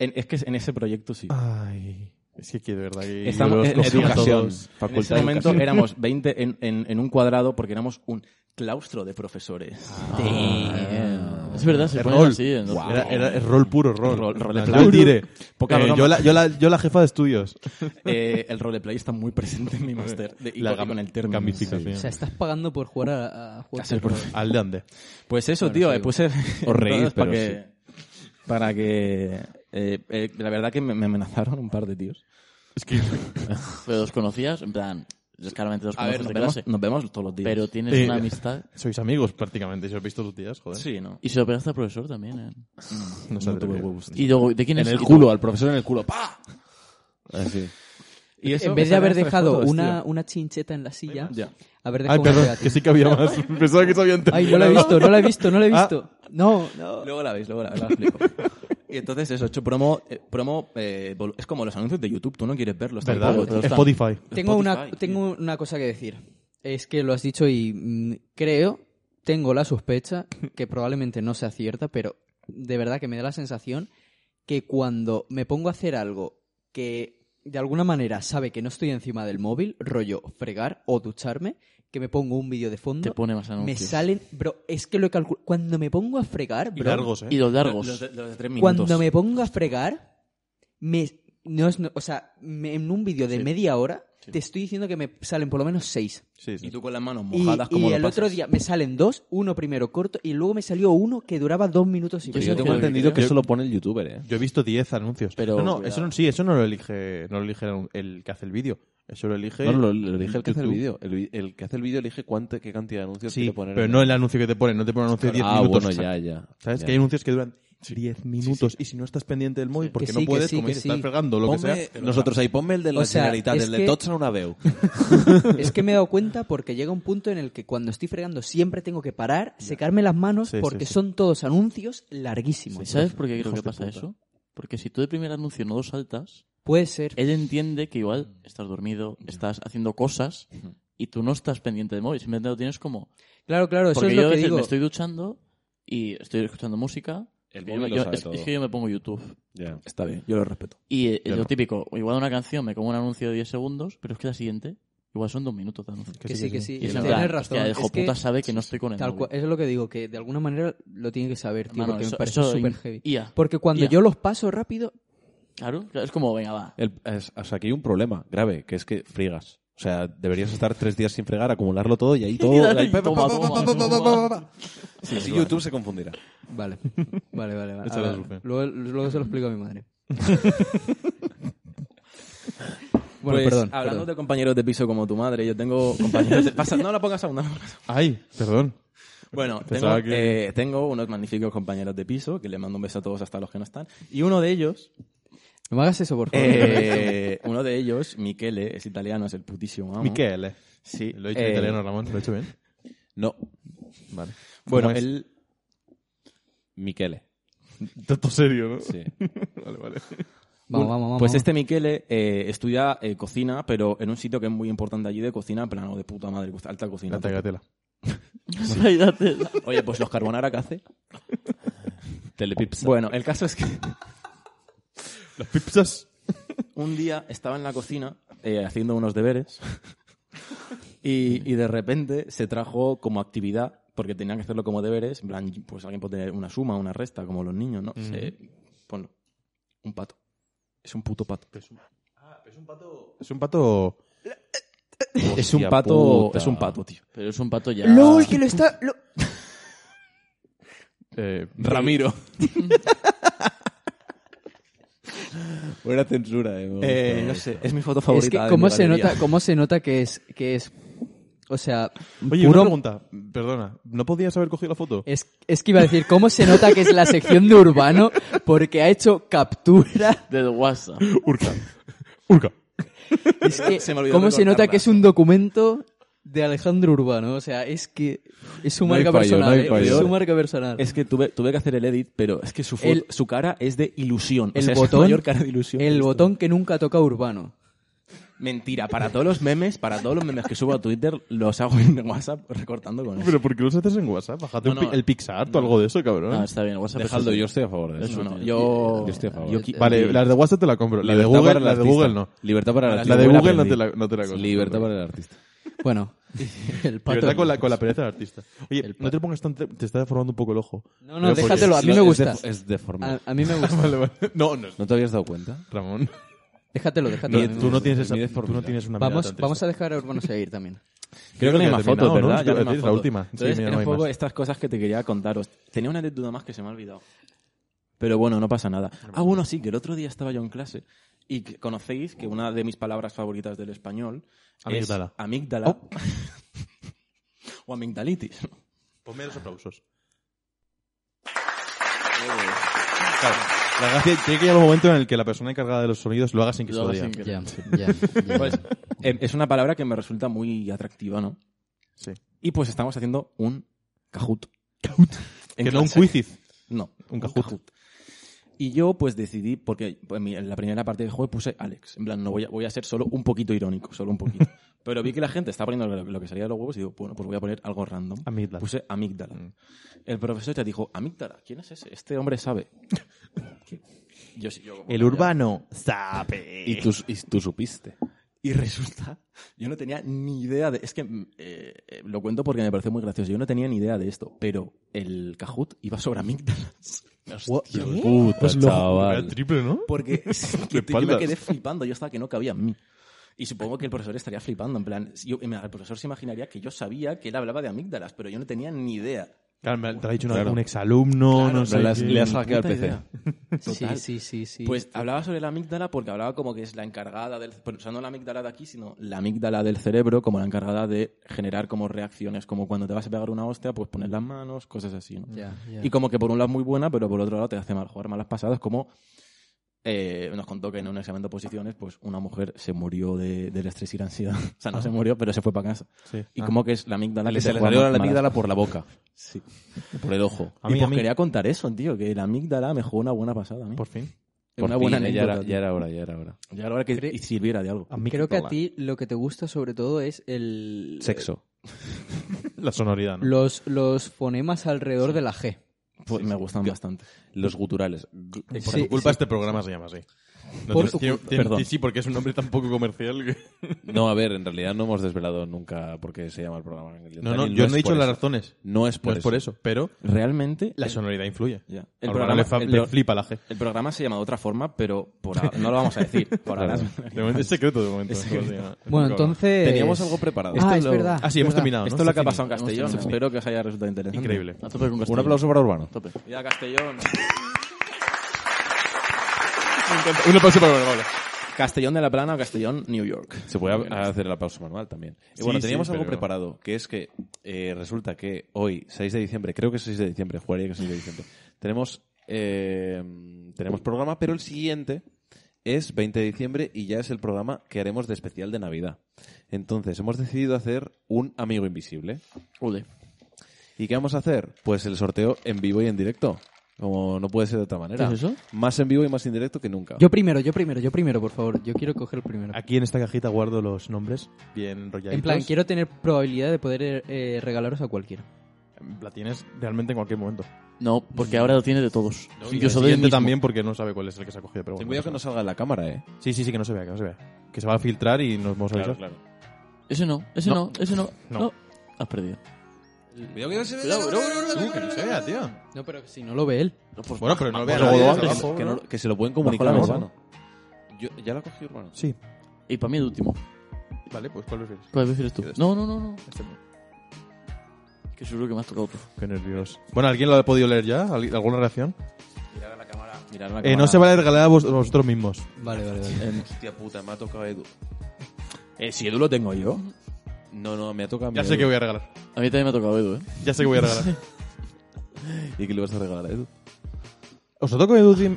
S8: en- es que en ese proyecto sí.
S6: Ah. Ay, es que, que de verdad que...
S8: Estamos
S6: yo
S8: en
S6: los cogí a
S8: educación.
S6: todos.
S8: En ese momento éramos 20 en, en- en un cuadrado porque éramos un claustro de profesores.
S7: Damn. Es verdad, se ponen
S6: rol.
S7: así. ¿no?
S6: Era, era- es rol puro, rol.
S8: Rol- rol de
S6: Yo
S8: plano.
S6: el dire.
S8: Poca
S6: Eh,
S8: broma.
S6: yo, la, yo, la, yo la jefa de estudios.
S8: Eh, el roleplay está muy presente en mi máster. de- Y,
S6: La
S8: con- y
S6: gam-
S8: con el término.
S6: gamificación.
S2: O sea, estás pagando por jugar a, a juegos
S8: Hacer
S2: de
S8: <laughs> por-
S2: rol.
S6: Al de ande.
S8: Pues eso,
S2: Bueno,
S8: tío,
S2: sí.
S8: eh, puse
S5: <laughs> Os reís,
S8: entradas <laughs> para
S5: pero
S8: que, para que eh, eh, la verdad que me, me amenazaron un par de tíos.
S6: Es que
S7: Pero los conocías, en plan, yo claramente los
S8: A
S7: conoces
S8: ver, nos
S7: de
S8: vemos,
S7: clase.
S8: nos vemos todos los días.
S7: Pero tienes
S6: Sí.
S7: una amistad.
S6: Eh, sois amigos prácticamente, si os he visto tus días, joder.
S8: <laughs> sí, no.
S7: Y se lo pegaste al profesor también, ¿eh?
S6: no
S8: no
S6: sé
S8: tuve huevos.
S7: ¿Y luego, de quién
S5: En
S7: es?
S5: el
S7: ¿Y tú?
S5: culo, al profesor en el culo. ¡Pa! Así.
S8: Y eso-
S2: en vez de
S8: esa
S2: haber
S8: era nuestra
S2: dejado
S8: foto,
S2: una,
S8: tío.
S2: una chincheta en la silla,
S8: Ya.
S2: haber
S6: Ay,
S2: dejado una
S6: perdón,
S2: pegatina.
S6: que sí que había más. Pensaba que se habían
S7: <laughs>
S2: Ay, no la he visto, no la he visto, no la he
S7: Ah.
S2: visto. No, no.
S8: Luego la veis, luego la, la explico. y entonces eso, he hecho promo, eh, promo eh, vol- es como los anuncios de YouTube, tú no quieres verlos
S6: ¿Verdad?
S8: pues tampoco. te los dan.
S6: Spotify.
S2: Tengo una,
S8: Spotify,
S2: tengo una cosa que decir. Es que lo has dicho y mm, creo, tengo la sospecha, que probablemente no sea cierta, pero de verdad que me da la sensación que cuando me pongo a hacer algo que de alguna manera sabe que no estoy encima del móvil, rollo fregar o ducharme, que me pongo un vídeo de
S7: Te
S2: fondo,
S7: pone más anuncios.
S2: me salen... Bro, es que lo he calculado... Cuando me pongo a fregar,
S6: Y
S2: bro,
S6: largos, ¿eh?
S7: Y los largos.
S8: Los de, los de tres minutos.
S2: cuando me pongo a fregar, me, no es, no- o sea, me- en un vídeo de media hora, te estoy diciendo que me salen por lo menos seis.
S6: Sí, sí.
S8: Y tú con las manos
S2: Y,
S8: mojadas
S2: y
S8: como lo
S2: el otro
S8: pasas?
S2: día me salen dos, uno primero corto, y luego me salió uno que duraba dos minutos y
S7: Yo
S2: medio.
S5: Yo
S7: Eso
S5: tengo
S7: creo que
S5: entendido
S7: creo.
S5: que eso lo pone el youtuber, ¿eh?
S6: Yo he visto 10 anuncios.
S7: Pero-
S6: no, no,
S7: cuidado.
S6: eso no, sí, eso no lo elige, no lo elige el, el que hace el vídeo. Eso lo elige.
S5: No, lo, lo elige el que hace el
S6: YouTube.
S5: vídeo. El, vi- el que hace el vídeo elige cuánto, qué cantidad de anuncios
S6: Sí,
S5: quiere poner.
S6: pero
S5: en
S6: no
S5: el-
S6: el anuncio que te ponen, no te ponen anuncio de 10
S5: Ah,
S6: minutos.
S5: bueno,
S6: exacto.
S5: ya, ya.
S6: ¿Sabes?
S5: Ya.
S6: Que hay anuncios que duran 10 minutos y si no estás pendiente del móvil porque
S2: Que
S6: no
S2: sí, que
S6: puedes,
S2: sí,
S6: como
S2: que
S6: dices,
S2: sí.
S6: estás fregando, lo que
S5: Ponme-
S6: sea.
S5: nosotros ahí, ponme el de la
S2: O sea,
S5: Generalitat,
S2: es
S5: el
S2: que-
S5: de Tots no la veo.
S2: <laughs> Es que me he dado cuenta porque llega un punto en el que cuando estoy fregando siempre tengo que parar, secarme las manos
S6: Sí, sí,
S2: porque
S6: sí.
S2: son todos anuncios larguísimos.
S7: ¿Y ¿Sabes por qué creo que
S6: de
S7: pasa
S6: puta.
S7: eso? Porque si tú de primer anuncio no lo saltas,
S2: Puede ser.
S7: él entiende que igual estás dormido, estás haciendo cosas y tú no estás pendiente del móvil. Simplemente lo tienes como.
S2: Claro, claro, eso
S7: Porque
S2: es
S7: yo
S2: lo
S7: a
S2: que
S7: veces
S2: digo.
S7: me estoy duchando y estoy escuchando música.
S5: El
S7: Yo-
S5: móvil lo
S7: yo-
S5: sabe
S7: es,
S5: todo.
S7: es que yo me pongo YouTube.
S5: Ya.
S8: Está bien, yo lo respeto.
S7: Y eh,
S5: Claro.
S7: lo típico, igual una canción me como un anuncio de 10 segundos, pero es que la siguiente igual son dos minutos de anuncio.
S2: Que sí, que sí.
S7: Y es en plan,
S2: Tienes razón.
S7: hostia, el
S2: Es
S7: hijo
S2: que-
S7: puta sabe que no estoy con él.
S2: Tal cual, eso es lo que digo, que de alguna manera lo tiene que saber, tío,
S7: Mano,
S2: porque
S7: eso-
S2: me parece
S7: eso
S2: súper
S7: in-
S2: heavy.
S7: IA.
S2: Porque cuando
S7: IA.
S2: yo los paso rápido,
S7: Claro, claro, es como, venga, va.
S5: <laughs> El- es- o sea, aquí hay un problema grave, que es que friegas. O sea, deberías estar tres días sin fregar, acumularlo todo y ahí todo.
S7: dale,
S5: ahí-
S7: y
S5: pa, pa,
S7: toma,
S5: pa, pa,
S7: toma,
S5: pa, pa,
S7: toma.
S5: pa, pa, pa. Sí, Así YouTube se confundirá.
S2: Vale, <laughs> vale, vale. vale.
S6: Échale
S2: Ahora,
S6: la culpa.
S2: luego, luego se lo explico a mi madre. bueno,
S8: Pues,
S2: perdón.
S8: Hablando
S2: perdón.
S8: de compañeros de piso como tu madre, yo tengo compañeros de. Pasa- no la pongas aún, no la pongas aún.
S6: Ay, perdón.
S8: Bueno,
S6: Pensaba
S8: tengo,
S6: que-
S8: eh, tengo unos magníficos compañeros de piso que le mando un beso a todos hasta los que no están. Y uno de ellos,
S2: No me hagas eso, por favor.
S8: eh, uno de ellos, Michele, es italiano, es el putísimo amo.
S6: Michele.
S8: Sí.
S6: Lo he dicho
S8: eh,
S6: en italiano, Ramón. Lo he hecho bien.
S5: No,
S6: Vale.
S8: Bueno,
S6: ¿Cómo es?
S8: él.
S5: Miquele.
S6: Tanto serio, ¿no?
S5: Sí.
S2: vamos,
S8: un-
S2: vamos, vamos.
S8: Pues este Michele eh, estudia eh, cocina, pero en un sitio que es muy importante allí de cocina, en plano de puta madre, pues, alta cocina.
S6: La tagliatella.
S7: Imagínate.
S8: Oye, pues los carbonara que hace.
S5: Telepipsa.
S8: Bueno, el caso es que <laughs>
S6: Las pipsas.
S8: un día estaba en la cocina eh, haciendo unos deberes <laughs> y, y de repente se trajo como actividad, porque tenían que hacerlo como deberes, en plan, pues alguien puede tener una suma, una resta, como los niños, ¿no? Se- ponlo. Un pato. Es un puto pato.
S6: Es un pato.
S8: es un
S5: Hostia
S8: pato,
S5: puta.
S8: es un pato, tío.
S7: Pero es un pato ya.
S5: Ah.
S8: lo está...
S6: Eh,
S5: Ramiro. Buena censura, eh. me gusta, me
S8: no
S5: gusta.
S8: sé, es mi foto favorita.
S2: este Es que,
S8: de
S2: ¿cómo
S8: mi
S2: se,
S8: galería.
S2: nota, ¿cómo se nota que es, que es, o sea,
S6: Oye,
S2: puro-
S6: una pregunta. Perdona, ¿no podías haber cogido la foto?
S2: Es, es que iba a decir, ¿cómo se nota que es la sección de Urbano? Porque ha hecho captura.
S7: <laughs> Del WhatsApp.
S6: <laughs> Urca. Urca.
S2: Es que,
S8: Se me olvidó
S2: ¿Cómo se nota
S8: recortarla.
S2: que es un documento de Alejandro Urbano? O sea, es que es su
S5: No hay
S2: marca
S5: fallo,
S2: personal.
S5: no hay
S2: eh,
S5: fallo.
S2: es su marca personal.
S8: <laughs> Es que tuve, tuve que hacer el edit, pero es que su, fo-
S2: El-
S8: su cara es de ilusión. O
S2: el
S8: sea, es la
S2: botón,
S8: mayor cara de ilusión. este. que he
S2: el
S8: visto.
S2: botón que nunca toca Urbano.
S8: Mentira, para todos los memes, para todos los memes que subo a Twitter, los hago en WhatsApp recortando con eso.
S6: ¿Pero por qué los haces en WhatsApp? Bájate
S8: No,
S6: un
S8: no.
S6: pi- el Pixart o algo de eso, cabrón.
S7: No, está bien, el WhatsApp. es
S5: Dejadlo,
S7: útil.
S5: yo estoy a favor de
S7: Es
S5: eso.
S7: útil.
S8: No, yo,
S5: Yo estoy a favor.
S8: yo qui-
S6: vale, las de WhatsApp te la compro. La de
S5: Libertad
S6: Google,
S5: para el
S6: la de
S5: artista.
S6: Google no.
S5: Libertad para el
S6: La
S5: artista.
S6: de
S5: Buena
S6: Google no te
S5: aprendí.
S6: la, no te la compro.
S5: Libertad para el artista.
S2: Bueno, el pato.
S6: Libertad con la, con la pereza del artista. Oye, no te pongas tan... Te, te está deformando un poco el ojo.
S2: No, no,
S6: Veo porque-
S2: déjatelo, a mí me
S5: Es
S2: gusta.
S5: def- Es deforme.
S2: A, a mí me gusta.
S6: Vale, vale. <laughs> No, no.
S5: ¿No te habías dado cuenta?
S6: Ramón.
S2: Déjatelo,
S6: No,
S2: déjatelo. a mí me
S6: tú, no
S2: gusta.
S6: tienes esa,
S5: Ni de
S6: tú no
S5: formidad.
S6: tienes una mirada
S2: Vamos,
S6: tan
S2: vamos
S6: triste.
S2: a dejar a Urbano seguir también.
S8: Creo que no hay más fotos,
S6: terminado, ¿no?
S8: ¿verdad?
S6: Sí,
S8: Ya no hay
S6: es
S8: más
S6: la
S8: fotos.
S6: última. Sí,
S8: Entonces,
S6: mira,
S8: eran
S6: no hay
S8: un poco
S6: más.
S8: estas cosas que te quería contaros. Tenía una anécdota más que se me ha olvidado. Pero bueno, no pasa nada. Ah, bueno, sí, que el otro día estaba yo en clase y que- conocéis que una de mis palabras favoritas del español
S6: Amígdala. Oh.
S8: es amígdala <laughs> o amigdalitis.
S6: Ponme Pues los aplausos. Claro, la gracia tiene que llegar un momento en el que la persona encargada de los sonidos lo haga sin que se
S7: Lo
S6: lo
S7: hago
S6: diga.
S7: sin querer.
S2: Ya, ya, ya.
S8: Pues, eh, es una palabra que me resulta muy atractiva, ¿no?
S6: Sí.
S8: Y pues estamos haciendo un cajut. En
S6: Que no un
S8: clase.
S6: quiziz.
S8: No,
S6: Un cajut.
S8: Y yo pues decidí, porque en mi- en la primera parte del juego puse Alex. En plan, no voy a, voy a ser solo un poquito irónico, solo un
S6: <laughs>
S8: poquito. Pero vi que la gente estaba poniendo lo, lo que salía de los huevos y digo, bueno, pues voy a poner algo random.
S6: Amígdala.
S8: Puse amígdala.
S6: Mm.
S8: El profesor ya dijo, amígdala, ¿quién es ese? Este hombre
S6: <laughs>
S8: sabe. yo sí, yo como-
S6: El urbano sabe.
S5: Y tú, y tú supiste.
S8: y resulta, yo no tenía ni idea de... Es que mm, eh, eh, lo cuento porque me pareció muy gracioso. Yo no tenía ni idea de esto, pero el Kahoot iba sobre
S6: <laughs>
S8: amígdalas.
S5: Hostia puta,
S6: Pues
S5: chaval.
S6: triple, ¿no?
S8: <laughs> Porque es que
S6: De
S8: te- yo me
S6: espaldas.
S8: quedé flipando, yo estaba que no cabía en mí. Y supongo que el profesor estaría flipando, en plan, yo, el profesor se imaginaría que yo sabía que él hablaba de amígdalas, pero yo no tenía ni idea.
S6: Claro, me lo ha dicho una-
S5: Claro.
S6: un exalumno, no sé.
S5: le has-
S6: qué.
S5: le has hackeado
S8: Puta
S5: el PC.
S8: idea. Total.
S2: Sí, sí, sí, sí.
S8: Pues hablaba sobre la amígdala porque hablaba como que es la encargada del... Pero usando la amígdala de aquí, sino la amígdala del cerebro como la encargada de generar como reacciones, como cuando te vas a pegar una hostia, pues pones las manos, cosas así, ¿no?
S2: Ya, ya.
S8: Y como que por un lado es muy buena, pero por otro lado te hace mal jugar malas pasadas, como eh, nos contó que en un examen de oposiciones, pues una mujer se murió de, del estrés y la ansiedad. <laughs> O sea, no se murió, pero se fue para casa.
S6: Sí.
S8: Y
S6: Ah.
S8: como que es la amígdala
S5: Que
S8: que
S5: Ah. se
S8: te
S5: le
S8: juega
S5: salió la
S8: malas-
S5: amígdala por la boca.
S8: <laughs> Sí.
S5: Por el ojo.
S6: A mí,
S8: y pues
S6: a mí.
S8: quería contar eso, tío, que la amígdala me jugó una buena pasada a mí.
S6: Ah, Por fin. <laughs>
S5: Por
S8: una
S5: fin,
S8: buena
S5: eh, ya era,
S8: anécdota,
S5: ya era hora, ya era hora.
S8: tío. Ya ahora que
S2: Cre-
S8: y sirviera de algo.
S2: Creo que a ti lo que te gusta sobre todo es el...
S5: Sexo.
S6: La sonoridad, ¿no?
S2: Los, los fonemas alrededor de la G.
S8: Pues me gustan bastante.
S5: Los guturales.
S6: Por
S2: Sí,
S6: tu
S2: sí.
S6: culpa este programa se llama así. No
S2: Por
S6: tiene-
S2: tu
S6: tiene-
S2: culpa.
S6: tiene-
S5: Perdón.
S6: sí, sí, porque es un nombre tan poco comercial que...
S5: No, a ver, en realidad no hemos desvelado nunca por qué se llama el programa.
S6: No, no,
S5: Daniel,
S6: yo no, he
S5: es
S6: dicho
S5: por
S6: las
S5: eso.
S6: razones.
S5: No es por
S6: no es por eso, pero
S8: Realmente
S6: la
S8: el,
S6: sonoridad influye.
S8: ya.
S6: El
S8: El
S6: programa le, fa-
S8: el
S6: le
S8: pro-
S6: flipa la G.
S8: el programa se llama de otra forma, pero por ahora- no lo vamos a decir. Por ahora
S5: Claro.
S8: es-
S6: <laughs> De momento es secreto, de momento.
S8: Es secreto.
S2: Bueno, entonces...
S5: Teníamos algo preparado.
S2: Ah,
S8: Esto
S2: es
S8: lo-
S2: verdad.
S6: Ah, sí, hemos
S2: verdad.
S6: terminado. ¿no?
S8: Esto es lo que ha
S6: Está
S8: pasado en Castellón.
S7: Hemos terminado.
S8: Espero que os haya resultado interesante.
S6: Increíble.
S7: A tope con
S5: Un
S7: Castellón.
S5: aplauso para Urbano.
S7: A tope.
S8: Ya, Castellón.
S6: Un aplauso para Pablo.
S8: Castellón de la Plana o Castellón, New York.
S5: Se puede hacer el aplauso manual también. Y
S6: Sí,
S5: bueno, teníamos
S6: sí,
S5: algo
S6: pero-
S5: preparado, que es que eh, resulta que hoy, 6 de diciembre, creo que es 6 de diciembre, jugaría que es 6 de diciembre, tenemos, eh, tenemos programa, pero el siguiente es 20 de diciembre y ya es el programa que haremos de especial de Navidad. Entonces, hemos decidido hacer un Amigo Invisible.
S7: Ole.
S5: ¿Y qué vamos a hacer? Pues el sorteo en vivo y en directo. Como no puede ser de otra manera.
S7: ¿Qué es eso?
S5: Más en vivo y más en directo que nunca.
S2: Yo primero, yo primero, yo primero, por favor. Yo quiero coger primero.
S6: Aquí en esta cajita guardo los nombres bien enrolladitos.
S2: En plan, quiero tener probabilidad de poder eh, regalaros a cualquiera.
S6: La tienes realmente en cualquier momento.
S8: No, porque ahora lo tiene de todos. Incluso
S6: Y el
S8: del
S6: siguiente
S8: mismo.
S6: también porque no sabe cuál es el que se ha cogido. Pero
S5: Ten
S6: bueno,
S5: cuidado que no salga en la cámara, ¿eh?
S6: Sí, sí, sí, que no se vea, que no se vea. Que se va a filtrar y nos vamos a avisar.
S8: Ese no, ese no, ese no.
S6: No.
S8: No. Has perdido.
S5: Cuidado que no se vea.
S8: Cuidado, no,
S6: Uh, que no se vea, tío.
S2: No, pero si no lo ve él.
S6: Bueno, pero no Ah, pues lo vea
S8: Bajo
S6: nadie
S8: lo
S6: desde
S8: antes,
S6: abajo,
S5: Que,
S6: ¿no?
S5: no- que se lo pueden comunicar a
S8: Bajo la
S5: Urbano. Yo, ya la cogí Urbano.
S6: Sí.
S8: Y para mí el último.
S6: Vale, pues ¿cuál prefieres?
S8: ¿Cuál prefieres tú?
S6: Yo este.
S8: No, no, no, no. Que seguro que me has tocado tú.
S6: Qué nervios. Bueno, ¿alguien lo ha podido leer ya? ¿Al- ¿Alguna reacción?
S11: Mirar la
S6: Eh,
S11: cámara.
S6: no se vale regalar a vos- a vosotros mismos.
S2: Vale, vale, vale.
S11: Eh,
S5: Hostia puta, me ha tocado Edu.
S11: eh, si Edu lo tengo yo.
S5: No, no, me ha tocado a mí.
S6: Ya sé
S5: Edu.
S6: que voy a regalar.
S8: A mí también me ha tocado Edu, ¿eh?
S6: Ya sé que voy a regalar.
S5: ¿Y qué le vas a regalar a Edu?
S6: <laughs> ¿Os toco Edu Tim?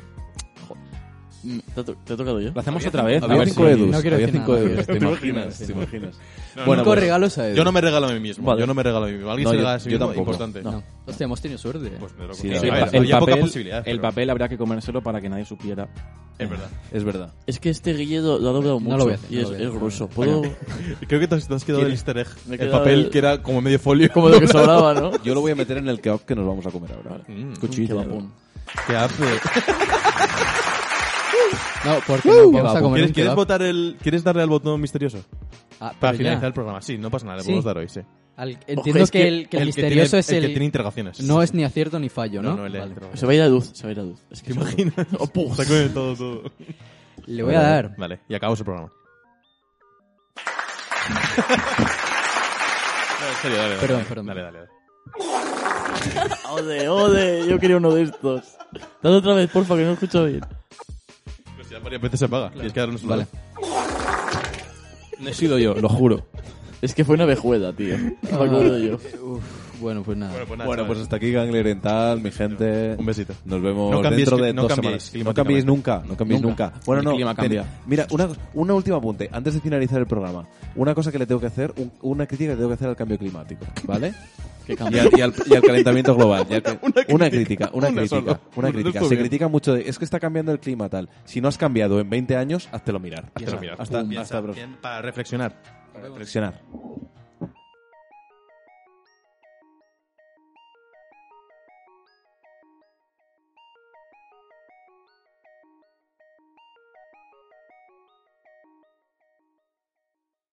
S8: Mm, ¿Te ha, to- te ha tocado yo?
S11: Lo hacemos otra vez.
S5: Había
S11: a ver
S5: cinco
S11: si-
S5: Edus.
S2: no quiero
S5: Había
S2: decir
S5: cinco
S2: nada.
S5: Edus. ¿Te
S2: No
S5: imaginas? ¿Te imaginas?
S2: Cinco
S5: pues,
S2: regalos a él.
S6: Yo no me regalo a mí mismo.
S8: Vale.
S6: Yo no me regalo a mí mismo. Alguien
S5: No,
S6: se
S5: yo-
S6: regala a sí
S5: yo
S6: mismo.
S5: tampoco.
S6: Importante.
S2: No. Hostia, hemos tenido suerte. eh.
S6: Pues me lo
S5: Sí,
S6: considero.
S5: la
S6: A
S5: verdad.
S6: ver,
S11: el,
S6: había pocas
S11: papel,
S6: posibilidades,
S11: el
S6: pero-
S11: papel habrá que comérselo para que nadie supiera.
S6: Es verdad.
S5: pues, Es verdad.
S8: Es que este Guille lo ha doblado
S2: No
S8: mucho
S2: lo voy a hacer,
S8: y
S2: no
S8: es,
S2: lo voy a
S8: es
S2: hacer.
S8: grueso. ¿Puedo...? <laughs>
S6: Creo que te has, te has quedado el
S8: ¿Quién?
S6: easter egg.
S8: Me he
S6: El
S8: quedado
S6: papel
S8: el-
S6: que era como medio folio.
S8: Como lo que sobraba, ¿no?
S5: Yo lo voy a meter en el keop que nos vamos a comer ahora.
S6: Mm,
S8: Qué
S5: Cuchillo.
S8: vapón.
S6: ¿Qué hace?
S2: No, porque nos vamos a
S6: ¿Quieres,
S2: comer un
S6: quieres
S2: kebab.
S6: votar el, ¿Quieres darle al botón misterioso?
S2: Ah, pero
S6: Para
S2: ya.
S6: finalizar el programa. Sí, no pasa nada, le
S2: Sí.
S6: podemos dar hoy, sí.
S2: Al- Entiendo
S8: es
S2: que,
S8: que
S2: el, que el
S6: que tiene-
S2: misterioso es el...
S6: que tiene interrogaciones.
S2: No es ni acierto ni fallo, ¿no?
S6: no, el de
S2: Vale.
S6: interrogaciones.
S8: Se va a ir a luz, se va a ir a luz. Es que
S6: ¿Te
S8: seguro.
S6: imaginas?
S8: Oh,
S6: <laughs>
S8: puf.
S6: Está con todo, todo.
S2: Le voy a dar.
S6: Vale, y acabamos el programa. No, en serio, dale, dale.
S2: Perdón,
S6: dale,
S2: perdón.
S6: Dale, dale, dale.
S8: Ode, ode, yo quería uno de estos. Dale otra vez, porfa, que no escucho bien.
S6: Pues ya varias veces se paga. Tienes que darle un solo.
S2: Vale.
S11: No he sido yo, lo juro.
S8: Es que fue una vejuela, tío. No me acuerdo yo.
S2: Uf, bueno, pues nada.
S6: Bueno, pues
S5: Bueno,
S6: nada,
S5: pues
S6: chavales.
S5: hasta aquí Gangle Oriental, mi gente.
S6: Un besito.
S5: Nos vemos
S6: No cambiéis
S5: dentro
S6: cli-
S5: de
S6: no
S5: dos
S6: cambiéis
S5: semanas. No
S6: climáticamente.
S5: cambiéis nunca, no cambiéis nunca. Bueno,
S11: El
S5: no.
S11: clima
S5: ten-
S11: cambia.
S5: mira, una, una última apunte. Antes de finalizar el programa, una cosa que le tengo que hacer, un- una crítica que tengo que hacer al cambio climático, ¿vale?
S8: Qué
S5: y,
S8: cambio.
S5: al, y al- y al calentamiento global. Y al ca- una, crítica, una,
S6: Una
S5: crítica,
S6: sola.
S5: una
S6: No
S5: crítica.
S6: estuvo
S5: Se
S6: bien.
S5: critica mucho de, es que está cambiando el clima tal. Si no has cambiado en 20 años, háztelo mirar.
S6: Hasta,
S5: Hasta, hasta,
S6: para reflexionar.
S5: reflexionar.